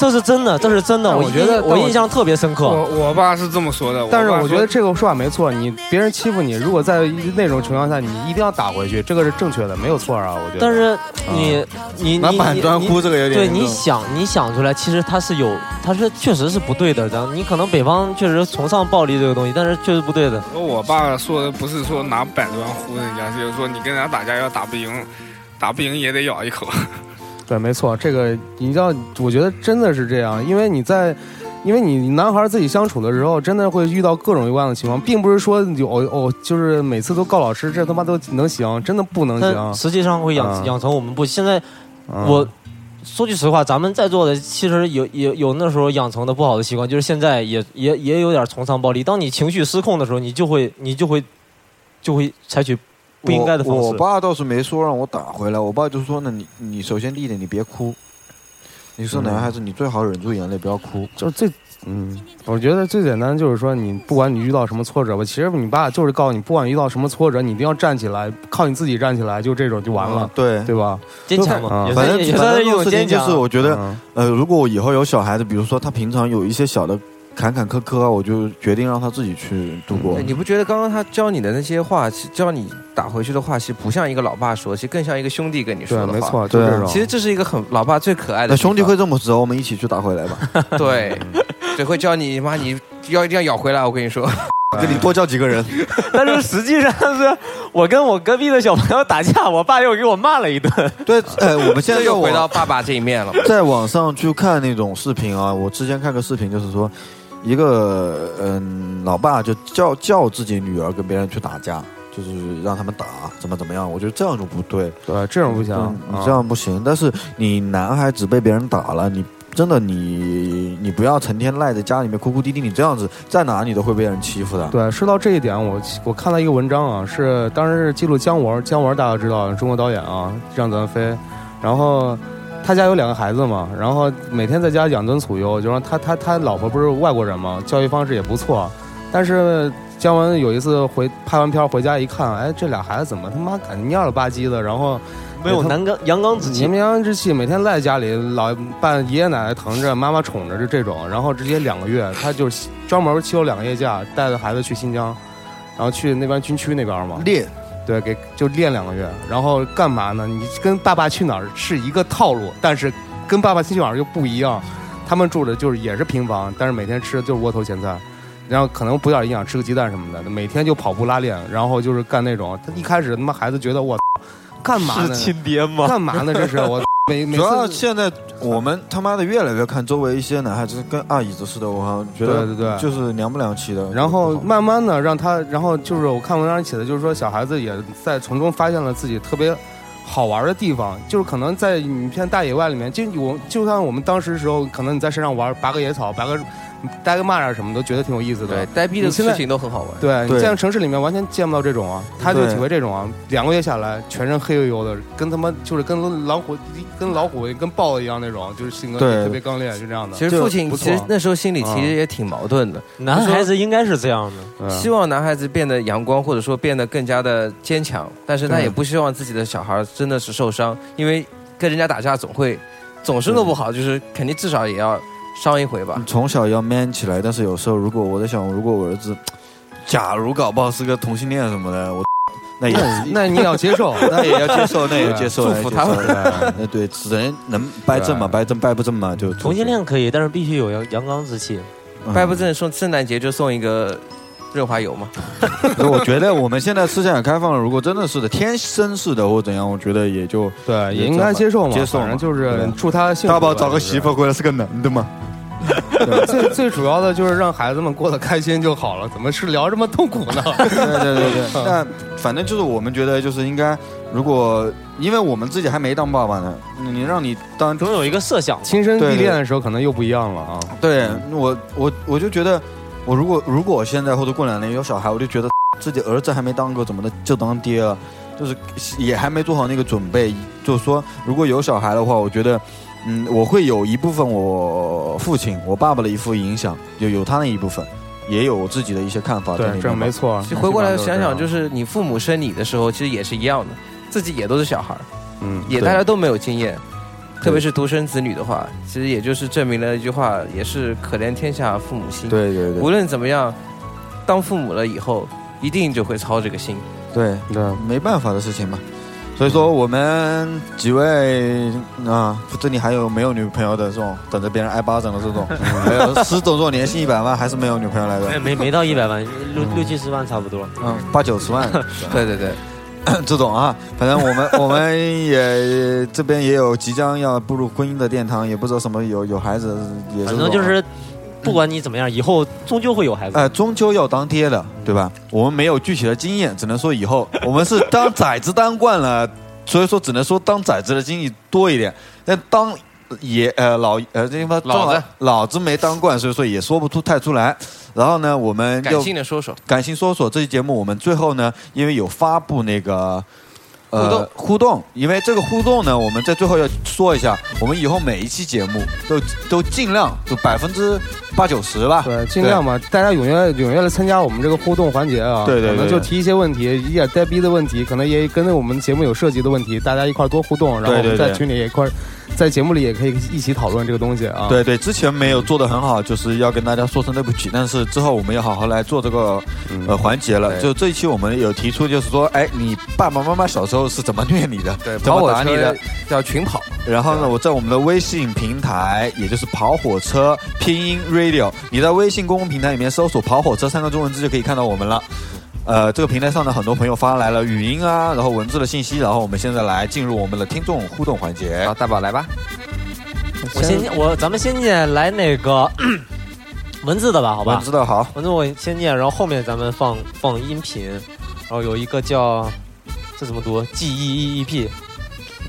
这是真的，这是真的。但我我觉得印我但我印象特别深刻。我我爸是这么说的，但是爸我觉说得这个说法没错，你别人欺负你，如果在那种情况下，你一定要打回去，这个是正确的，没有错啊，我觉得。但是嗯你、你拿你板砖呼这个有你点对，严重你想你想出来，其实它是有，它是确实是不对的。然后你可能北方确实崇尚暴力这个东西，但是确实不对的。我爸说的不是说拿板砖呼人家，就是说你跟人家打架要打不赢，打不赢也得咬一口。对，没错，这个你知道，我觉得真的是这样，因为你在。因为你男孩自己相处的时候，真的会遇到各种各样的情况，并不是说有哦，就是每次都告老师，这他妈都能行，真的不能啊但行。实际上会养、嗯养成我们不。现在嗯我说句实话，咱们在座的其实有有有那时候养成的不好的习惯，就是现在也也也有点崇尚暴力。当你情绪失控的时候，你就会你就会就会采取不应该的方我。我式。爸倒是没说让我打回来，我爸就说呢，你你首先第一点，你别哭。你是男孩子，你最好忍住眼泪，不要哭。就是最，嗯，我觉得最简单就是说，你不管你遇到什么挫折吧，其实你爸就是告诉你，不管遇到什么挫折，你一定要站起来，靠你自己站起来，就这种就完了嗯，对对吧？坚强嘛，嗯也反正算也反算正是一种事坚情就强。啊是，我觉得嗯呃，如果我以后有小孩子，比如说他平常有一些小的坎坎坷坷啊，我就决定让他自己去度哎过对，。哎你不觉得刚刚他教你的那些话，其教你打回去的话，其实不像一个老爸说，其实更像一个兄弟跟你说的对，话。没。错，就这种。其实这是一个很老爸最可爱的那地方。兄弟会这么走，我们一起去打回 来吧。 对，对会教你妈，你要一定要咬回来。 我跟你说，我给你多叫几个人。但是实际上是我跟我隔壁的小朋友打架，我爸又给我骂了一顿。对，呃，我们现在这又我回到爸爸这一 面了。在网上去看那种视频啊，我之前看个视频，就是说一个嗯老爸就叫叫自己女儿跟别人去打架，就是让他们打怎么怎么样，我觉得这样就不对，对，这种不行嗯，你啊这样不行。但是你男孩子被别人打了，你。真的你，你不要成天赖在家里面哭哭啼啼，你这样子在哪里都会被人欺负的。对，说到这一点，我我看到一个文章啊，是当时是记录姜文，姜文大家知道，中国导演啊，让子弹飞，然后他家有两个孩子嘛，然后每天在家养尊处优，就让他他他老婆不是外国人嘛，教育方式也不错，但是姜文有一次回拍完片回家一看，哎，这俩孩子怎么他妈敢蔫了吧唧的，然后哎没有他南刚阳刚之气你，们阳之气，每天赖家里，老伴爷爷奶奶疼着，妈妈宠着，就这种。然后直接两个月，他就是专门休两个月假，带着孩子去新疆，然后去那边军区那边嘛，练对，给就练两个月。然后干嘛呢？你跟《爸爸去哪儿》是一个套路，但是跟《爸爸去哪儿》又不一样。他们住的就是也是平房，但是每天吃的就是窝头咸菜，然后可能补点营养，吃个鸡蛋什么的，每天就跑步拉练，然后就是干那种。他一开始他妈孩子觉得我操干嘛呢？爹吗？干嘛呢？这是 我每每主要次现在我们他妈的越来越看周围一些男孩子跟二椅子似的，我好像觉对得对对，就是娘不良气的。然不后好慢慢的让他，然后就是我看文章写的，就是说小孩子也在从中发现了自己特别好玩的地方，就是可能在一片大野外里面，就我就像我们当时时候，可能你在山上玩，拔个野草，拔个嗯待个蚂蚱什么，都觉得挺有意思对的，。呆逼的你现事在情都很好玩。对你对在城市里面完全见不到这种啊，他就对体会这种啊，两个月下来，全身黑黝黝的，跟他妈就是跟老虎、跟老虎、跟豹子一样那种，就是性格对特别刚烈，就这样的。其实父亲不其错实那时候心里其实嗯也挺矛盾的，男孩子应该是这样的。嗯希望男孩子变得阳光，或者说变得更加的坚强，但是他对也不希望自己的小孩真的是受伤，因为跟人家打架总会总是弄不好，就是肯定至少也要伤一回吧嗯你。从小要 man 起来，但是有时候如果我在想，如果我儿子，假如搞不好是个同性恋什么的，我那也那你也要接受， 那也要接受，那也要接受，祝福他们。那对，只能能掰正嘛，对掰正掰不正嘛，就同性恋可以，但是必须有阳阳刚之气。嗯掰不正送圣诞节就送一个润滑油嘛， 所以我觉得我们现在思想也开放了，如果真的是的天生是的或怎样，我觉得也就对，也也应该接受嘛，接受嘛反正就对是祝他幸福吧。大宝找个就是媳妇，回来是个男 的嘛。最最主要的就是让孩子们过得开心就好了。怎么是聊这么痛苦呢？ 嗯对对对对， 那反正就是我们觉得就是应该，如果因为我们自己还没当爸爸呢，你让你当总有一个设想，亲身对历对练的时候可能又不一样了啊。对我我我就觉得，我如果如果我现在或者过两年有小孩，我就觉得自己儿子还没当过怎么的就当爹了，就是也还没做好那个准备。就是说，如果有小孩的话，我觉得，嗯，我会有一部分我父亲我爸爸的一副影响，有有他那一部分，也有我自己的一些看法在里对，面这吧没。错。就回过来想想，就是是你父母生你的时候，其实也是一样的，自己也都是小孩儿，嗯，也对大家都没有经验，特别是独生子女的话，其实也就是证明了一句话，也是可怜天下父母心。对对对无论怎么样，当父母了以后，一定就会操这个心。对，对，啊没办法的事情嘛。所以说，我们几位啊，这里还有没有女朋友的这种，等着别人挨巴掌的 这种，还有施总这种年薪一百万还是没有女朋友来的，没没到一百万，六六七十万差不多。嗯，八九十 万 对对对，这种啊，反正我们 我们也这边也有即将要步入婚姻的殿堂，也不知道什么有有孩子，也这 反正种就是，不管你怎么样，以后终究会有孩子。啊呃，终究要当爹的，对吧？我们没有具体的经验，只能说以后我们是当崽子当惯了，所以说只能说当崽子的经历多一点。但当爷呃老呃这地方老子老子没当官，所以说也说不出太出来。然后呢，我们感又性的说说，感性搜索这期节目，我们最后呢，因为有发布那个。呃互动互动，因为这个互动呢，我们在最后要说一下，我们以后每一期节目都都尽量就百分之八九十吧，对，尽量吧，大家踊跃踊跃来参加我们这个互动环节啊！对对对可能就提一些问题，一点呆逼的问题，可能也跟我们节目有涉及的问题，大家一块儿多互动，然后我对对们对在群里也一块儿，在节目里也可以一起讨论这个东西啊！对对，之前没有做的很好，就是要跟大家说声对不起。但是之后我们要好好来做这个呃环节了。对就这一期我们有提出，就是说，哎，你爸爸妈妈小时候是怎么虐你的？对，怎跑么火打你车的？叫群跑，然后呢，我在我们的微信平台，也就是跑火车拼音 radio，你在微信公共平台里面搜索“跑火车”三个中文字就可以看到我们了。呃，这个平台上的很多朋友发来了语音啊，然后文字的信息，然后我们现在来进入我们的听众互动环节。好，大宝来吧，我先念我咱们先念来那个文字的吧，好吧文？字的好，文字我先念，然后后面咱们放放音频，然后有一个叫这怎么读？G E E E P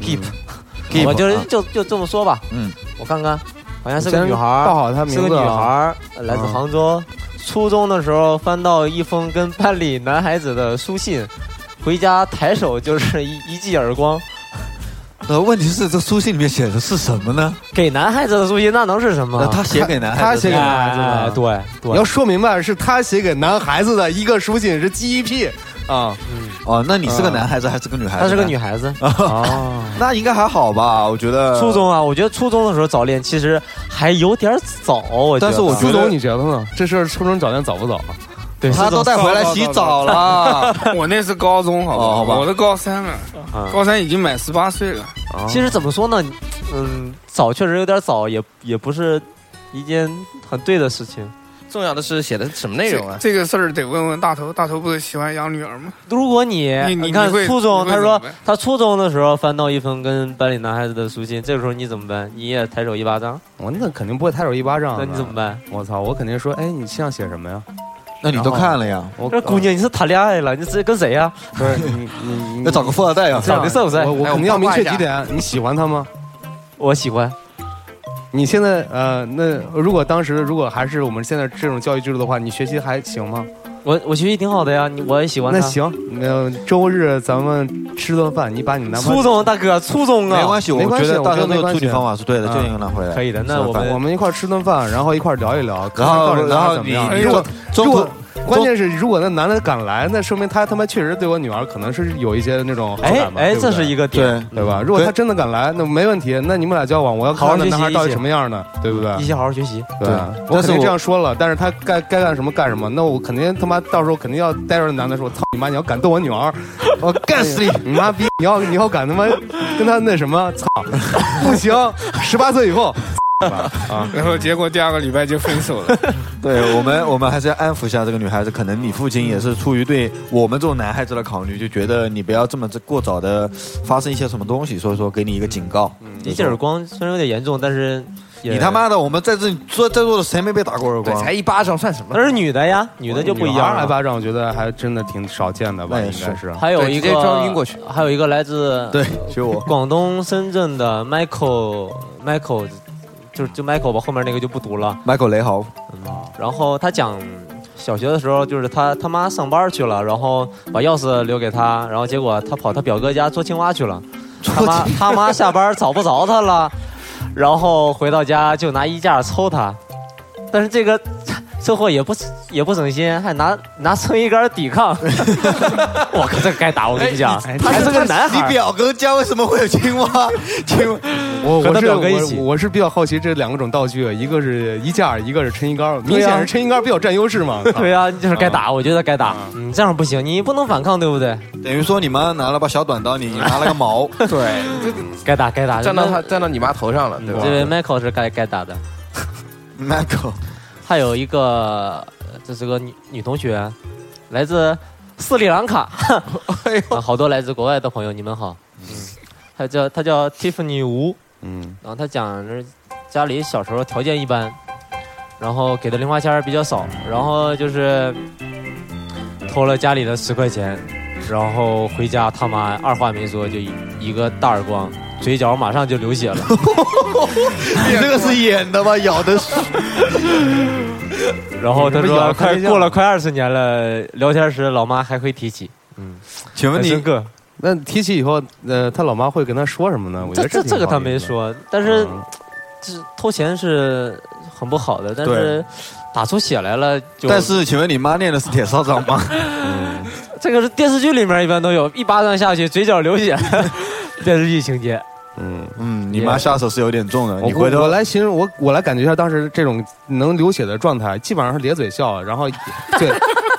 Keep，嗯 E Keep，我就是啊就就这么说吧。嗯，我看看，好像是个先女孩报儿，好她名是字个啊，女孩儿，呃来自嗯杭州。初中的时候翻到一封跟班里男孩子的书信，回家抬手就是一一记耳光。呃，问题是这书信里面写的是什么呢？给男孩子的书信那能是什么？呃，他写给男孩他子写的啊给男孩子哎的，对你要对，说明白，是他写给男孩子的一个书信是 GEP 啊，嗯哦，那你是个男孩子还是个女孩子？她是个女，孩 子。哦。那应该还好吧？我觉呃得初，中啊，我觉得初中的时候早恋其实还有点早，我觉得。但是我觉初得中你觉得呢？这事儿初中早恋早不早？ 对他初中都带 回来洗澡了。我那是高中，好吧，哦好吧我是高三了，啊 高三已经满十八岁了。其实怎么说呢，嗯，早确实有点早，也也不是一件很对的事情。重要的是写的什么内容啊？这这个事儿得问问大头，大头不是喜欢养女儿吗？如果你你你看你会初中，你会他说怎么办他初中的时候翻到一封跟班里男孩子的书信，这个时候你怎么办？你也抬手一巴掌，我嗯哦那肯定不会抬手一巴掌那的，你怎么办？我操！我肯定说，哎，你信上写什么呀？那你都看了呀？我这姑娘你是谈恋爱了，你这跟谁啊呀、不是你嗯你你 要找个富二代呀？啊长得帅不帅我我哎肯定要我八明卦确一下几点，啊你喜欢他吗？我喜欢，你现在呃，那如果当时如果还是我们现在这种教育制度的话，你学习还行吗？我我学习挺好的呀，你我也喜欢那他。行，那周日咱们吃顿饭，你把你男朋初友，啊中大哥，初中没啊关，系，我没关觉系得大我觉家得那没个关处系理方法是对的，嗯就应该拿回来。可以的。那吃我饭们我们一块儿吃顿饭，然后一块儿聊一聊，然后看到底然男孩后怎么你样？哎如果中中如途果关键是，如果那男的敢来，那说明他他妈确实对我女儿可能是有一些那种好哎感吧哎，对不对这是一个对点，对吧？如果对他真的敢来，那没问题。那你们俩交往，我要看好好看那学习男孩一到底起什么样呢，对不对？一起好好学习。对啊对，我但肯是定我这样说了，但是他该该干什么干什么。那我肯定他妈到时候肯定要带着那男的说：“操你妈！你要敢动我女 儿，我干死哎你！你妈逼！你要你要敢他妈跟他那什么，操！不行，十八岁以后，啊然后结果第二个礼拜就分手了。嗯 对我们，我们还是要安抚一下这个女孩子。可能你父亲也是出于对我们这种男孩子的考虑，就觉得你不要这么过早的发生一些什么东西，所以说给你一个警告。一记耳光虽然有点严重，但是也你他妈的，我们在这坐在座的谁没被打过耳对，光？才一巴掌算什么那？是女的呀，女的就不一样挨了。哎巴掌，我觉得还真的挺少见的吧，那也应是该是。啊还有对一直接个装晕过去，还有一个来自对，就我。广东深圳的 Michael Michael，就就 Michael 吧，后面那个就不读了。 Michael 雷豪，然后他讲小学的时候，就是他他妈上班去了，然后把钥匙留给他，然后结果他跑他表哥家捉青蛙去了，他妈他妈下班找不着他了， 然后回到家就拿衣架抽他，但是这个。这货也不也不省心，还拿拿生鱼干抵 抗，我靠，这个该打！我哎跟你讲，还是个男孩你儿。表哥家为什么会有青蛙？青蛙我和我他是表哥一起我我是比较好奇这两种道具，一个是衣架，一个是撑衣杆儿，明啊显是撑衣杆儿比较占优势嘛。操对啊，就是该打，我觉得该打。啊嗯，这样不行，你不能反抗，对不对？等于说你妈拿了把小短刀，你拿了 个矛。对，该打，该打。站到他那站到你妈头上了，嗯对吧这？位 Michael 是该该打的。 Michael，还有一个，呃这是个女女同学，来自斯里兰卡，啊好多来自国外的朋友，你们好。嗯，她叫她叫 Tiffany Wu，嗯，然后她讲是家里小时候条件一般，然后给的零花钱儿比较少，然后就是偷了家里的十块钱，然后回家他妈二话没说就一一个大耳光，嘴角马上就流血了。 你这个是演的吧？咬的是然后他你们咬说啊了快看一下过了快二十年了，聊天时老妈还会提起。嗯请问很深你刻，那提起以后，呃，他老妈会跟他说什么呢？我觉这得这挺好这的个他没，说，但是嗯这偷钱是很不好的，但对是打出血来了就。但是，请问你妈练的是铁砂掌吗？ 这个是电视剧里面一般都有，一巴掌下去嘴角流血，电视剧情节。嗯，嗯，你妈下手是有点重的。我你回我头我来形容我我来感觉一下当时这种能流血的状态，基本上是咧嘴笑，然后嘴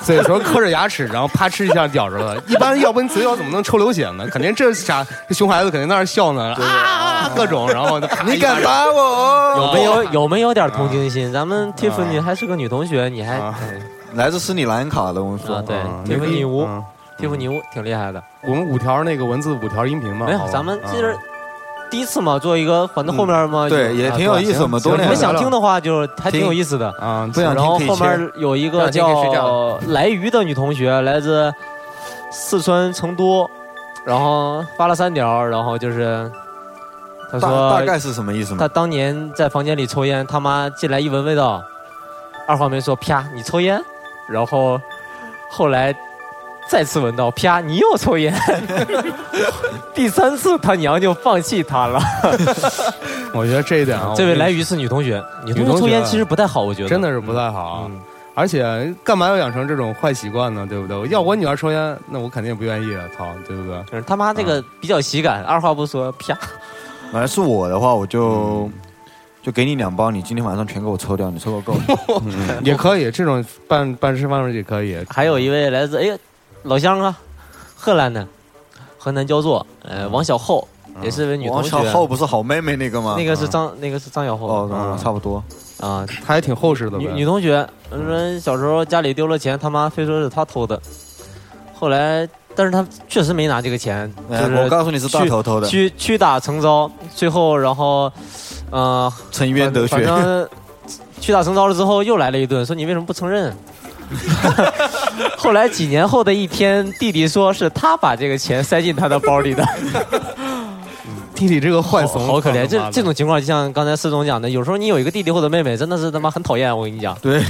嘴唇磕着牙齿，然后啪嗤一下咬着了。一般要不你嘴角怎么能抽流血呢？肯定这傻这熊孩子肯定在那儿笑呢啊各种，然后你敢打我？有没有有没有点同情心？咱们 Tiffany 还是个女同学，你还哎啊来自斯里兰卡的，我跟你啊说，对嗯蒂芙尼屋嗯蒂芙尼屋挺厉害的。我们五条那个文字，五条音频嘛。没有好，吧咱们啊这是第一次嘛，做一个反正后面嘛，嗯啊对，也挺有意思，我们行都你练们了。想听的话，就是还挺听有意思的。啊，不想然听后可以后切面有一不个想听可以睡觉叫来鱼的女同学，来自四川成都，然后发了三条，然后就是她大说大概是什么意思她吗？当年在房间里抽烟，他妈进来一闻味道，二话没说，啪，你抽烟，然后后来再次闻到，啪，你又抽烟， 第三次他娘就放弃他了。我觉得这一点啊，这位来鱼鱼是女同学，女同女同学抽学啊烟其实不太好，我觉得真的是不太好啊。嗯而且干嘛要养成这种坏习惯呢？对不对？要我女儿抽烟，那我肯定不愿意啊！操，对不对？啊就是他妈这个比较喜感，二话不说，啪，反正是我的话，我就就给你两包，你今天晚上全给我抽掉，你抽 个够。嗯也可以，这种办办事方式也可以。还有一位来自哎呀老乡啊，荷兰的，河南焦作，呃，王小厚嗯也是位女同王学小，厚不是好妹妹那个吗？嗯那个是张那个是张小厚哦，哦差不多。啊，他还挺厚实的呗，女女同学，说小时候家里丢了钱，他妈非说是她偷的，后来但是她确实没拿这个钱，就哎我是告诉你是大头偷的，屈屈打成招，最后然后，呃，沉冤得反雪。正 屈打成招了之后，又来了一顿，说你为什么不承认？ 后来几年后的一天，弟弟说是他把这个钱塞进他的包 里的，弟弟这个坏怂，好可怜。操这他妈的这种情况，就像刚才四总讲的，有时候你有一个弟弟或者妹妹，真的是他妈很讨厌。我跟你讲，对，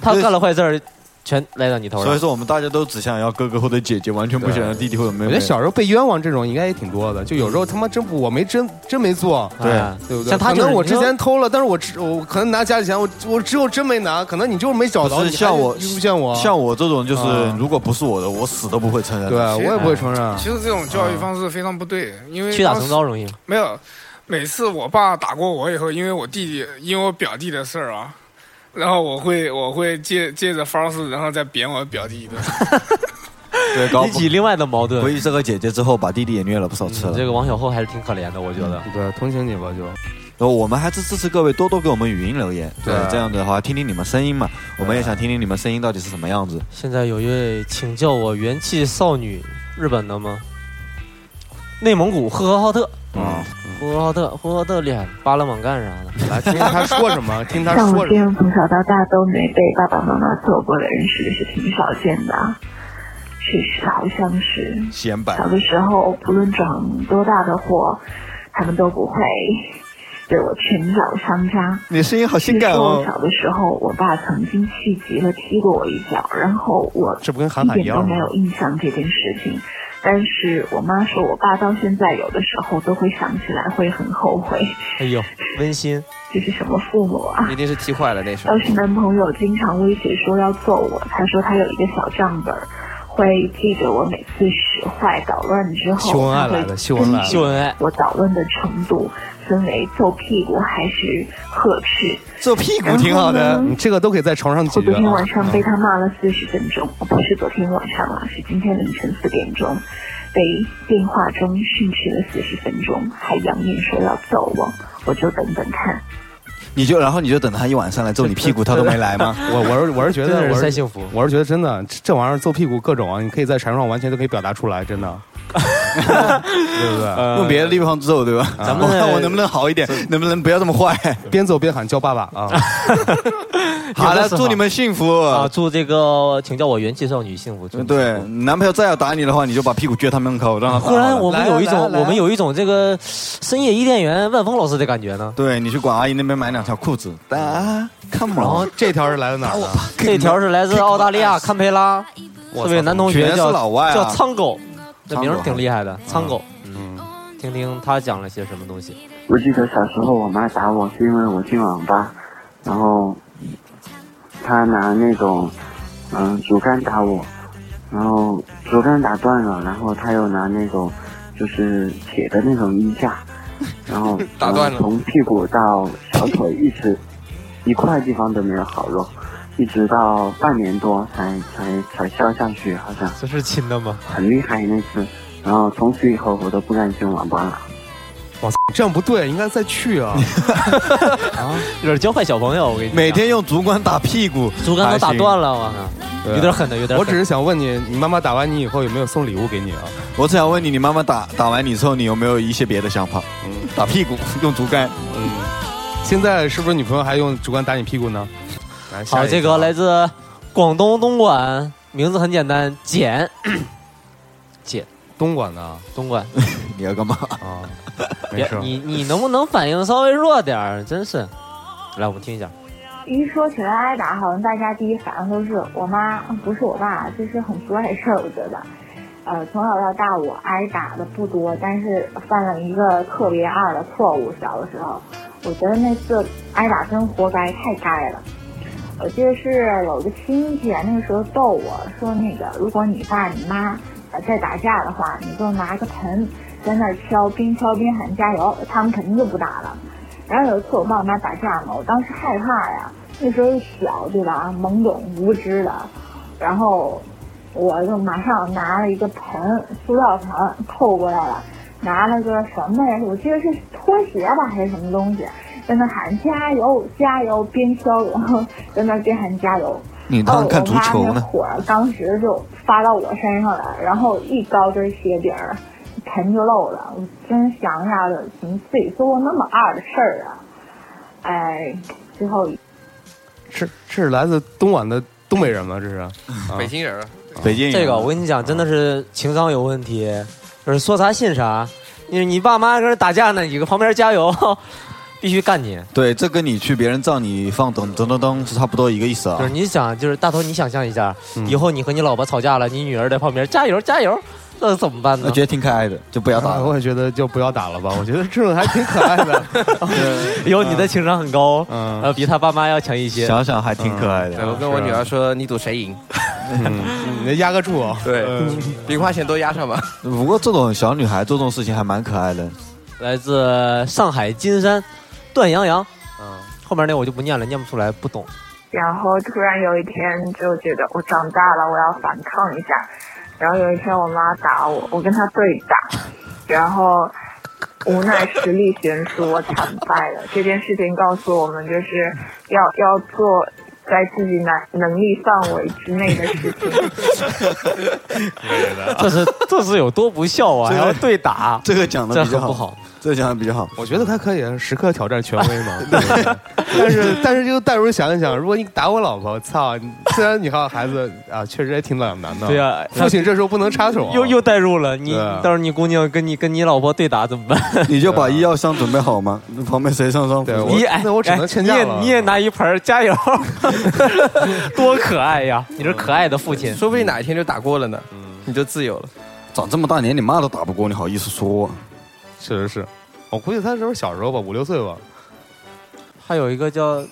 他干了坏事儿，全赖到你头所以上。说我们大家都只想要哥哥或者姐姐，完全不想要弟弟或者妹我妹觉得。小时候被冤枉这种应该也挺多的，就有时候他妈真不，我没真真没做，对哎对不对？像他可就是能我你之说前偷了，但是我只我可能拿家里钱，我我只有真没拿，可能你就是没找不着，是你还像我诬陷我，啊像我这种就是嗯，如果不是我的，我死都不会承认。哎对我也不会承认啊其。实这种教育方式非常不对，因为屈打当成时招容易，没有，每次我爸打过我以后，因为我弟弟，因为我表弟的事儿啊，然后我会我会借借着方式，然后再扁我表弟一顿。对，搞引起另外的矛回盾。嗯忆这个姐姐之后，把弟弟也虐了不少次了。这个王小厚还是挺可怜的，我觉得。 对，同情你吧，就然后我们还是支持各位多多给我们语音留言，对这样的话听听你们声音嘛，我们也想听听你们声音到底是什么样子。现在有一位，请叫我元气少女，日本的吗？内蒙古呼和浩特，嗯啊，呼和浩特，呼和浩特厉害，巴勒莽干啥的。来听听他说什么，听他像说我什这么。样从小到大都没被爸爸妈妈揍过的人，是是挺少见的啊。确实，好像是显小摆，的时候，不论闯多大的祸，他们都不会对我拳脚相加。你声音好性据感说 哦。小的时候，我爸曾经气急了踢过我一脚，然后我这不跟韩寒一一点样都吗没有印象这件事情。但是我妈说，我爸到现在有的时候都会想起来，会很后悔，哎呦，温馨，这是什么父母啊？一定是踢坏了那时候当。时男朋友经常威胁说要揍我，他说他有一个小账本儿，会记着我每次使坏捣乱之后，秀恩爱他会来了秀恩爱根据秀恩爱我捣乱的程度，分为揍屁股还是呵斥。这屁股挺然后好的，呢你这个都可以在床上我解决昨啊。天晚上被他骂了四十分钟，哦不是昨天晚上啊，是今天凌晨四点钟，被电话中训斥了四十分钟，还扬言说要揍我，我就等等看。你就然后你就等他一晚上来揍你屁股，他都没来 吗？我我是我是觉真得的我是是太幸福。我是觉得真的，这这玩意儿揍屁股各种啊，你可以在床上完全都可以表达出来，真的。对不对？嗯用别的地方揍对吧？咱我看我能不能好一点，能不能不要这么坏？ 边走边喊叫爸爸 啊！好的，祝你们幸福啊！祝这个请叫我元气少女幸福。祝你幸福对，男朋友再要打你的话，你就把屁股撅他门口，让他打忽然我们有一来啊种来啊我们有一种这个深夜伊甸园万峰老师的感觉呢。对你去管阿姨那边买两条裤子。啊，come on！然后这条是来自哪儿的？啊这条是来自澳大利亚堪培拉，这位男同全学是叫老外啊叫苍狗，这苍狗名儿挺厉害的。苍狗，嗯，听听他讲了些什么东西。我记得小时候我妈打我是因为我进网吧，然后她拿那种嗯竹竿打我，然后竹竿打断了，然后她又拿那种就是铁的那种衣架，然后 打断了然后从屁股到小腿一直一块地方都没有好肉，一直到半年多才才才消下去，好像这是亲的吗？很厉害那次，然后从此以后我都不敢进网吧了。哇，这样不对，应该再 去啊！啊有点教坏小朋友，我跟你讲每天用竹竿打屁股，竹竿都打断了，我靠，对啊有点狠的，有点狠。我只是想问你，你妈妈打完你以后有没有送礼物给你啊？我只想问你，你妈妈打打完你之后，你有没有一些别的想法？嗯，打屁股用竹竿，嗯，现在是不是女朋友还用竹竿打你屁股呢？来下一好，这个来自广东东莞，名字很简单， 简简东莞的东莞。 你要干嘛？啊， 没别事，你你能不能反应稍微弱点儿？真是，来我们听一下。一说起来挨打，好像大家第一反应都是我妈，嗯不是我爸，这是很怪事儿，我觉得。呃，从小到大我挨打的不多，但是犯了一个特别二的错误。小的时候，我觉得那次挨打真活该，太该了。我记得是有个亲戚啊，那个时候逗我说，那个如果你爸你妈呃在打架的话，你就拿个盆在那儿敲，边敲边喊加油，他们肯定就不打了。然后有一次我爸我妈打架嘛，我当时害怕呀，那时候小对吧，懵懂无知的，然后我就马上拿了一个盆，塑料盆扣过来了，拿了个什么呀？我记得是拖鞋吧还是什么东西，在那喊加油加油，边敲然后在那边喊加油。你当时看足球哦我妈那呢？火当时就发到我身上了，然后一高跟鞋底儿，盆就漏了。我真想一下子，怎么自己做过那么二的事儿啊？哎，最后一是这是来自东莞的东北人吗？这是 啊北京人儿，北京人这个我跟你讲，真的是情商有问题，就是说啥信啥。你你爸妈跟人打架呢，你搁旁边加油， 必须干你。对，这跟你去别人葬礼放噔噔噔噔是差不多一个意思啊就是。你想，就是大头，你想象一下，嗯以后你和你老婆吵架了，你女儿在旁边加油加油，那怎么办我呢觉？得挺可爱的，就不要打啊了。我也觉得就不要打了吧，我觉得这种还挺可爱 的。 有你的情商很高，嗯呃，比他爸妈要强一些。想想还挺可爱的。对我跟我女儿说，你赌谁赢？嗯， 你压个住啊！对，零花钱都压上吧。不过这种小女孩做这种事情还蛮可爱 的。来自上海金山，段洋洋。嗯，后面那我就不念了，念不出来，不懂。然后突然有一天就觉得我长大了，我要反抗一下。然后有一天我妈打我，我跟她对打，然后无奈实力悬殊，我惨败了。这件事情告诉我们，就是要要做在自己能能力范围之内的事情。这 是这是有多不孝啊！还要对打， 这个讲的这比较很好，不好。这个讲的比较好。我觉得他可以时刻挑战权威 嘛，对不对但是但是就代入想一想，如果你打我老婆，操！你虽然你还有孩子啊，确实也挺两难的。对啊呀父亲这时候不能插手啊。又又带入了你，对啊到时候你姑娘跟你跟你老婆对打怎么办？你就把医药箱准备好吗？旁边谁上上？对我你哎，那我只能哎劝架你也了你也拿一盆儿加油， 多可爱呀！你这可爱的父亲，嗯说不定哪一天就打过了呢，你就自由了。长这么大连你妈都打不过，你好意思说？啊确实是，我估计他那时候小时候吧，五六岁吧。还有一个叫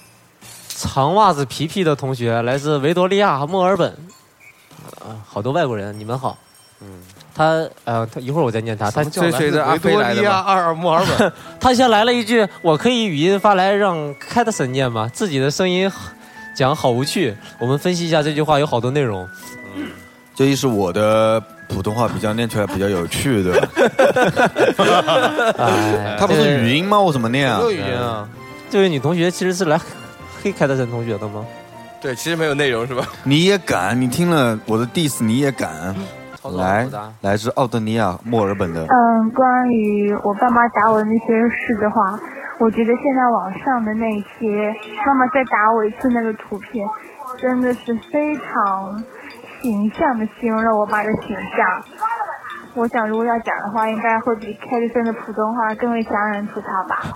长袜子皮皮的同学，来自维多利亚和墨尔本，啊，好多外国人，你们好。嗯，他呃，他一会儿我再念他，他什么叫追随着阿飞来的吗维多利亚二二墨尔本， 他先来了一句：“我可以语音发来让凯特森念吗？自己的声音讲好无趣。”我们分析一下这句话有好多内容。这意思我的普通话比较念出来比较有趣，对吧？ 哎，它不是语音吗？我怎么念啊？有语音啊，这位女同学其实是来黑凯特森同学的吗？对，其实没有内容是吧？你也敢？你听了我的 diss，你也敢？来来自奥地利亚墨尔本的，嗯，关于我爸妈打我的那些事的话，我觉得现在网上的那些妈妈再打我一次那个图片，真的是非常形象的形容了我爸的形象。我想，如果要讲的话，应该会比凯里森的普通话更为强人吐槽吧。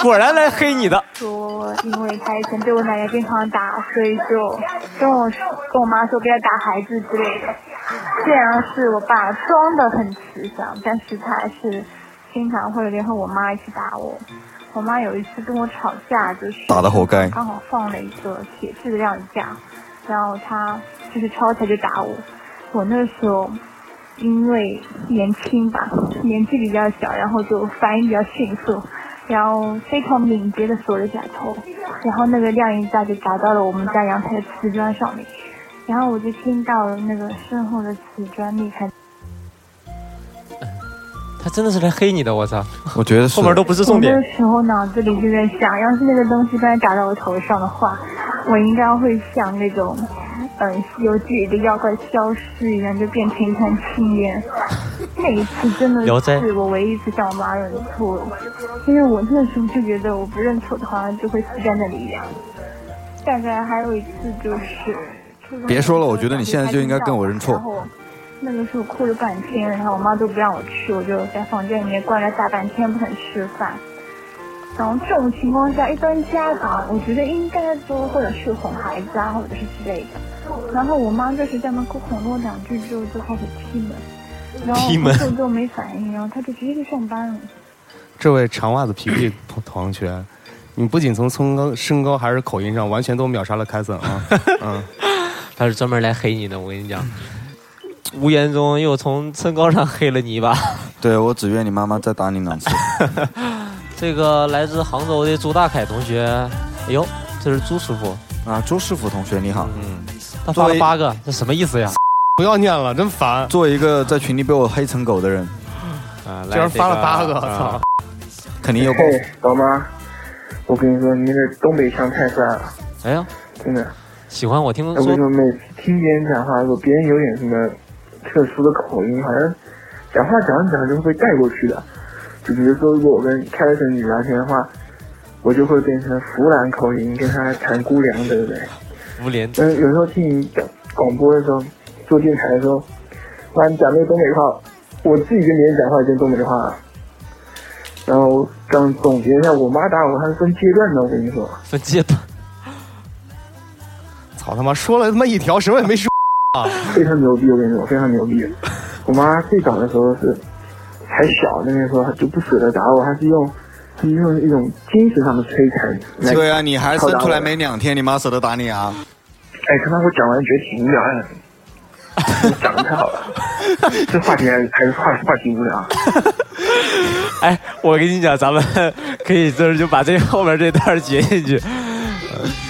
果然来黑你的。说，因为他以前对我奶奶经常打，所以就跟我说跟我妈说不要打孩子之类的。虽然是我爸装的很慈祥，但是他还是经常会联合我妈一起打我。我妈有一次跟我吵架，就是打得活该刚好放了一个铁质的晾衣架，然后他就是抄起来就打我。我那时候因为年轻吧，年纪比较小，然后就反应比较迅速，然后非常敏捷的锁了一下头，然后那个晾衣架就砸到了我们家阳台的瓷砖上面，然后我就听到了那个身后的瓷砖裂开。他真的是来黑你的，我操！我觉得后面都不是重我点那。时候脑子里就在想，要是那个东西刚才打到我头上的话，我应该会像那种，嗯，《西游记》里的妖怪消失一样，就变成一团青 烟。那一次真的聊斋是我唯一一次向我妈认错，因为我那时候就觉得我不认错的话就会死在那里一样。大概还有一次就是，初中别说了我觉得你现在就应该跟我认错然后那个时候哭了半天，然后我妈都不让我吃，我就在房间里面关了大半天不肯吃饭。然后这种情况下，一般家长我觉得应该都或者是哄孩子啊，或者是之类的。然后我妈就是在门口哄了我两句之后就开始踢门，然后踢门我就没反应，然后她就直接去上班了。这位长袜子皮皮同同学，你不仅从身高、身高还是口音上，完全都秒杀了凯森啊！嗯，他是专门来黑你的，我跟你讲，无言中又从身高上黑了你一把。 对我只愿你妈妈再打你两次。这个来自杭州的朱大凯同学，哎呦，这是朱师傅，啊，朱师傅同学你好，他发了八个，嗯这什么意思呀？ 不要念了，真烦。作为一个在群里被我黑成狗的人，啊居然发了八个，操！ 肯定有报嘿，哎老妈，我跟你说，你这东北腔太帅了，哎呀，真的。喜欢我听哎我跟你说，说，每次听别人讲话的时候，别人有点什么特殊的口音，好像讲话讲着讲着就会被盖过去的。就比如说，如果我跟凯森女聊天的话，我就会变成湖南口音跟她谈姑娘，对不对？无联嗯，有时候听你讲广播的时候，做电台的时候，妈你讲那个东北话，我自己跟别人讲话也跟东北话了。然后刚总结一下，我妈打我还是分阶段的，我跟你说。 分阶段。操他妈，说了他妈一条，什么也没说啊！非常牛逼，我跟你说，非常牛逼。我妈最早的时候是还小的那时候，她就不舍得打我，还是用是用一种精神上的摧残。来对啊，你还生出来敲打我？没两天，你妈舍得打你啊？哎，他妈我讲完觉得挺无聊的，你讲的太好了，这话题还还是话话题无聊。 哎，我跟你讲，咱们 可以就是就把这后面这段截进去，嗯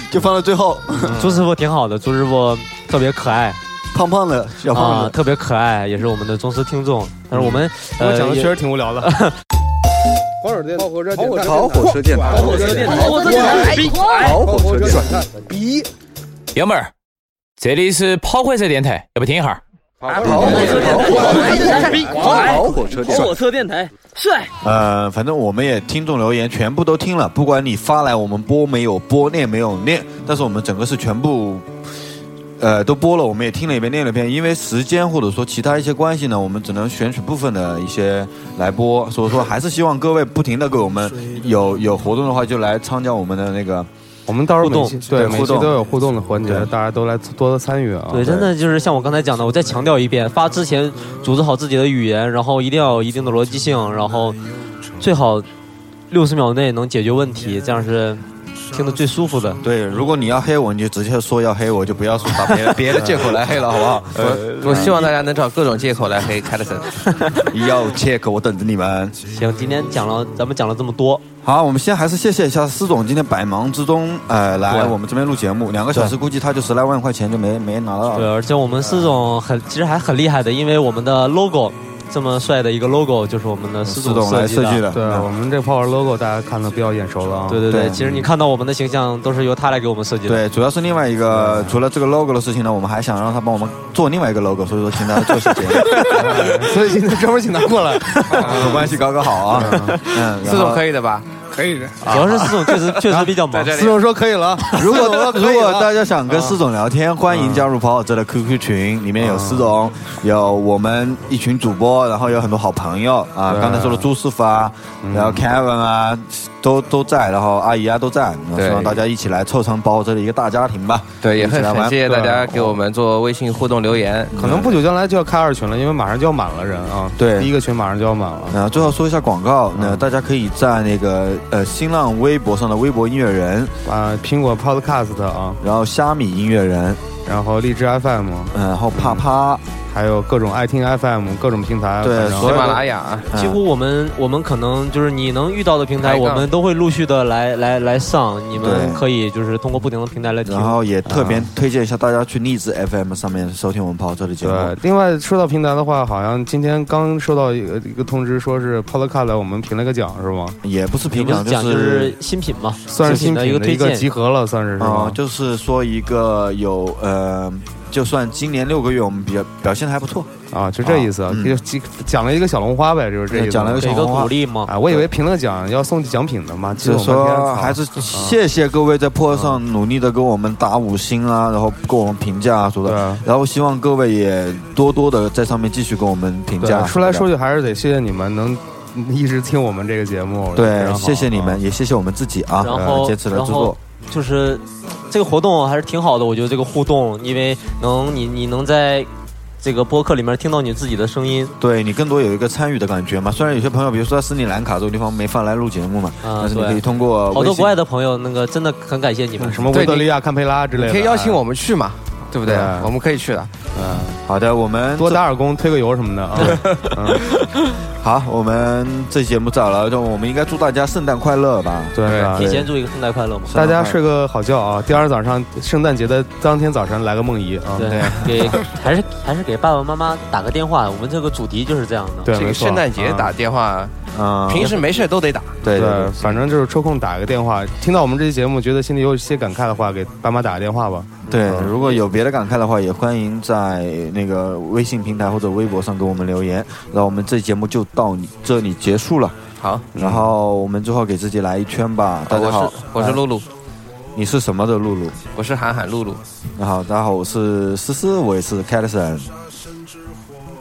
就放到最后。朱师傅挺好的，朱师傅特别可爱，胖胖的小胖子啊特别可爱，也是我们的忠实听众。但是我们嗯我呃讲的也确实挺无聊 的。跑火车，跑火车，跑跑火火车电台跑火车电台，跑火车电台，哎跑火车电台，逼！爷们儿，这里是跑火车电台，要不听一下儿？跑火车车电台。电台，帅！呃，反正我们也听众留言全部都听了，不管你发来我们播没有播，念没有念，但是我们整个是全部，呃，都播了，我们也听了一遍，念了一遍。因为时间或者说其他一些关系呢，我们只能选取部分的一些来播，所以说还是希望各位不停的给我们有有活动的话就来参加我们的那个。我们到时候互动每期对每互期动都有互动的环节，大家都来多多参与啊！对，真的就是像我刚才讲的，我再强调一遍，发之前组织好自己的语言，然后一定要有一定的逻辑性，然后最好六十秒内能解决问题，这样是听得最舒服的。对，如果你要黑我，你就直接说要黑我，就不要说打别的 别的借口来黑了，好不 好？我我希望大家能找各种借口来黑凯特森。 要借口，我等着你们。行，今天讲了，咱们讲了这么多。好，我们先还是谢谢一下施总，今天百忙之中，呃，来对我们这边录节目，两个小时，对估计他就十来万块钱就没没拿到对，了。而且我们四总很其实还很厉害的，因为我们的 logo 这么帅的一个 logo，就是我们嗯的施总对啊我们这泡泡 logo 大家看的比较眼熟了啊。对对对，其实你看到我们的形象都是由他来给我们设计的。对，主要是另外一个，除了这个 logo 的事情呢，我们还想让他帮我们做另外一个 logo，所以说请他做时嗯间，所以今天专门请他过来，有关系搞搞好啊。嗯， 四总可以的吧？啊可以的，主要是四总确啊实确实比较忙。这里思总说可以 了啊，如思总果说可以了如果大家想跟施总聊天，欢迎加入跑跑车的 QQ 群，里面有施总，有我们一群主播，然后有很多好朋友啊。对刚才说了朱师傅啊，然后 Kevin 啊，都都在，然后阿姨啊都在，对希望大家一起来凑成跑跑车的一个大家庭吧。对，也一起很来玩啊感谢大啊家给我们做微信互动留言。可能不久将来就要开二群了，因为马上就要满了人啊。对第一个群马上就要满了。啊，最后说一下广告，那大家可以在那个呃新浪微博上的微博音乐人啊，苹果 Podcast 啊，然后虾米音乐人，然后荔枝 FM，嗯，然后啪啪，还有各种爱听 FM 各种平台，对反正所有的喜马拉雅嗯几乎我们我们可能就是你能遇到的平台，抬杠我们都会陆续的来来来上，你对们可以就是通过不停的平台来呃听。然后也特啊别推荐一下大家去荔枝 FM 上面收听我们跑车的节目。对，另外说到平台的话，好像今天刚收到一个一个通知，说是 Podcast 来我们评了个奖，是吗？也不是你评不是奖，讲就是是新品嘛，算是新的品一个的一推个荐集合了，算是是啊、吗？就是说一个有呃，就算今年六个月我们比较表现的还不错，啊，就这意思，啊嗯就就讲了一个小龙花呗，就是这意思。讲了一个给小个红花鼓励嘛。啊，我以为评了奖要送奖品的嘛，结就果是我半天说操啊还是谢谢各位在破上努力的给我们打五星啊，然后给我们评价啊什么对的，啊然后希望各位也多多的在上面继续给我们评对价。出来说。去还是得谢谢你们能一直听我们这个节目。非对常，好谢谢你们，啊也谢谢我们自己啊，然后坚持了然制后作。就是这个活动还是挺好的，我觉得这个互动，因为能你你能在这个播客里面听到你自己的声音，对你更多有一个参与的感觉嘛。虽然有些朋友，比如说在斯里兰卡这个地方没法来录节目嘛，啊但是你对可以通过好呃微多信国外的朋友，那个真的很感谢你们。什么对维多利亚、堪培拉之类你的，可以邀请啊我们去嘛，对不对对？啊我们可以去的。好的，我们多打点工、推个油什么的啊。 嗯好，我们这期节目到了，就我们应该祝大家圣诞快乐吧。对啊提前祝一个圣诞快乐嘛！大家睡个好觉啊！第二天早上，圣诞节的当天早晨来个梦遗 啊！对，给 还是还是给爸爸妈妈打个电话，我们这个主题就是这样的。对，这没个错圣诞节啊打电话，嗯，平时没事都得打。对对对，反正就是抽空打个电话。听到我们这期节目，觉得心里有些感慨的话，给爸妈打个电话吧。对，嗯对如果有别的感慨的话，也欢迎在那个微信平台或者微博上给我们留言。那我们这期节目就到你这里结束了，好，然后我们最后给自己来一圈吧。大家我好哎是，我是露露，你是什么的露露？我是喊喊露露。你好，大家好，我是思思，我也是 c a t s o n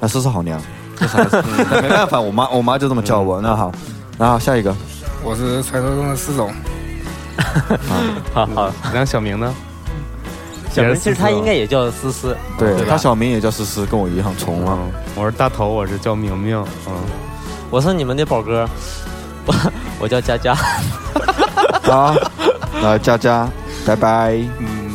啊，思思好娘，这啥意思嗯 没办法，我妈我妈就这么叫我。那好，那好，下一个，我是传说中的施总，好好，然后小明呢？小明其实他应该也是也叫思思，对吧她小名也叫思思，跟我一样四重个啊。嗯， 我是大头，我是叫明明。嗯，我是你们的宝哥，我我叫佳佳。好，那佳佳，拜拜。嗯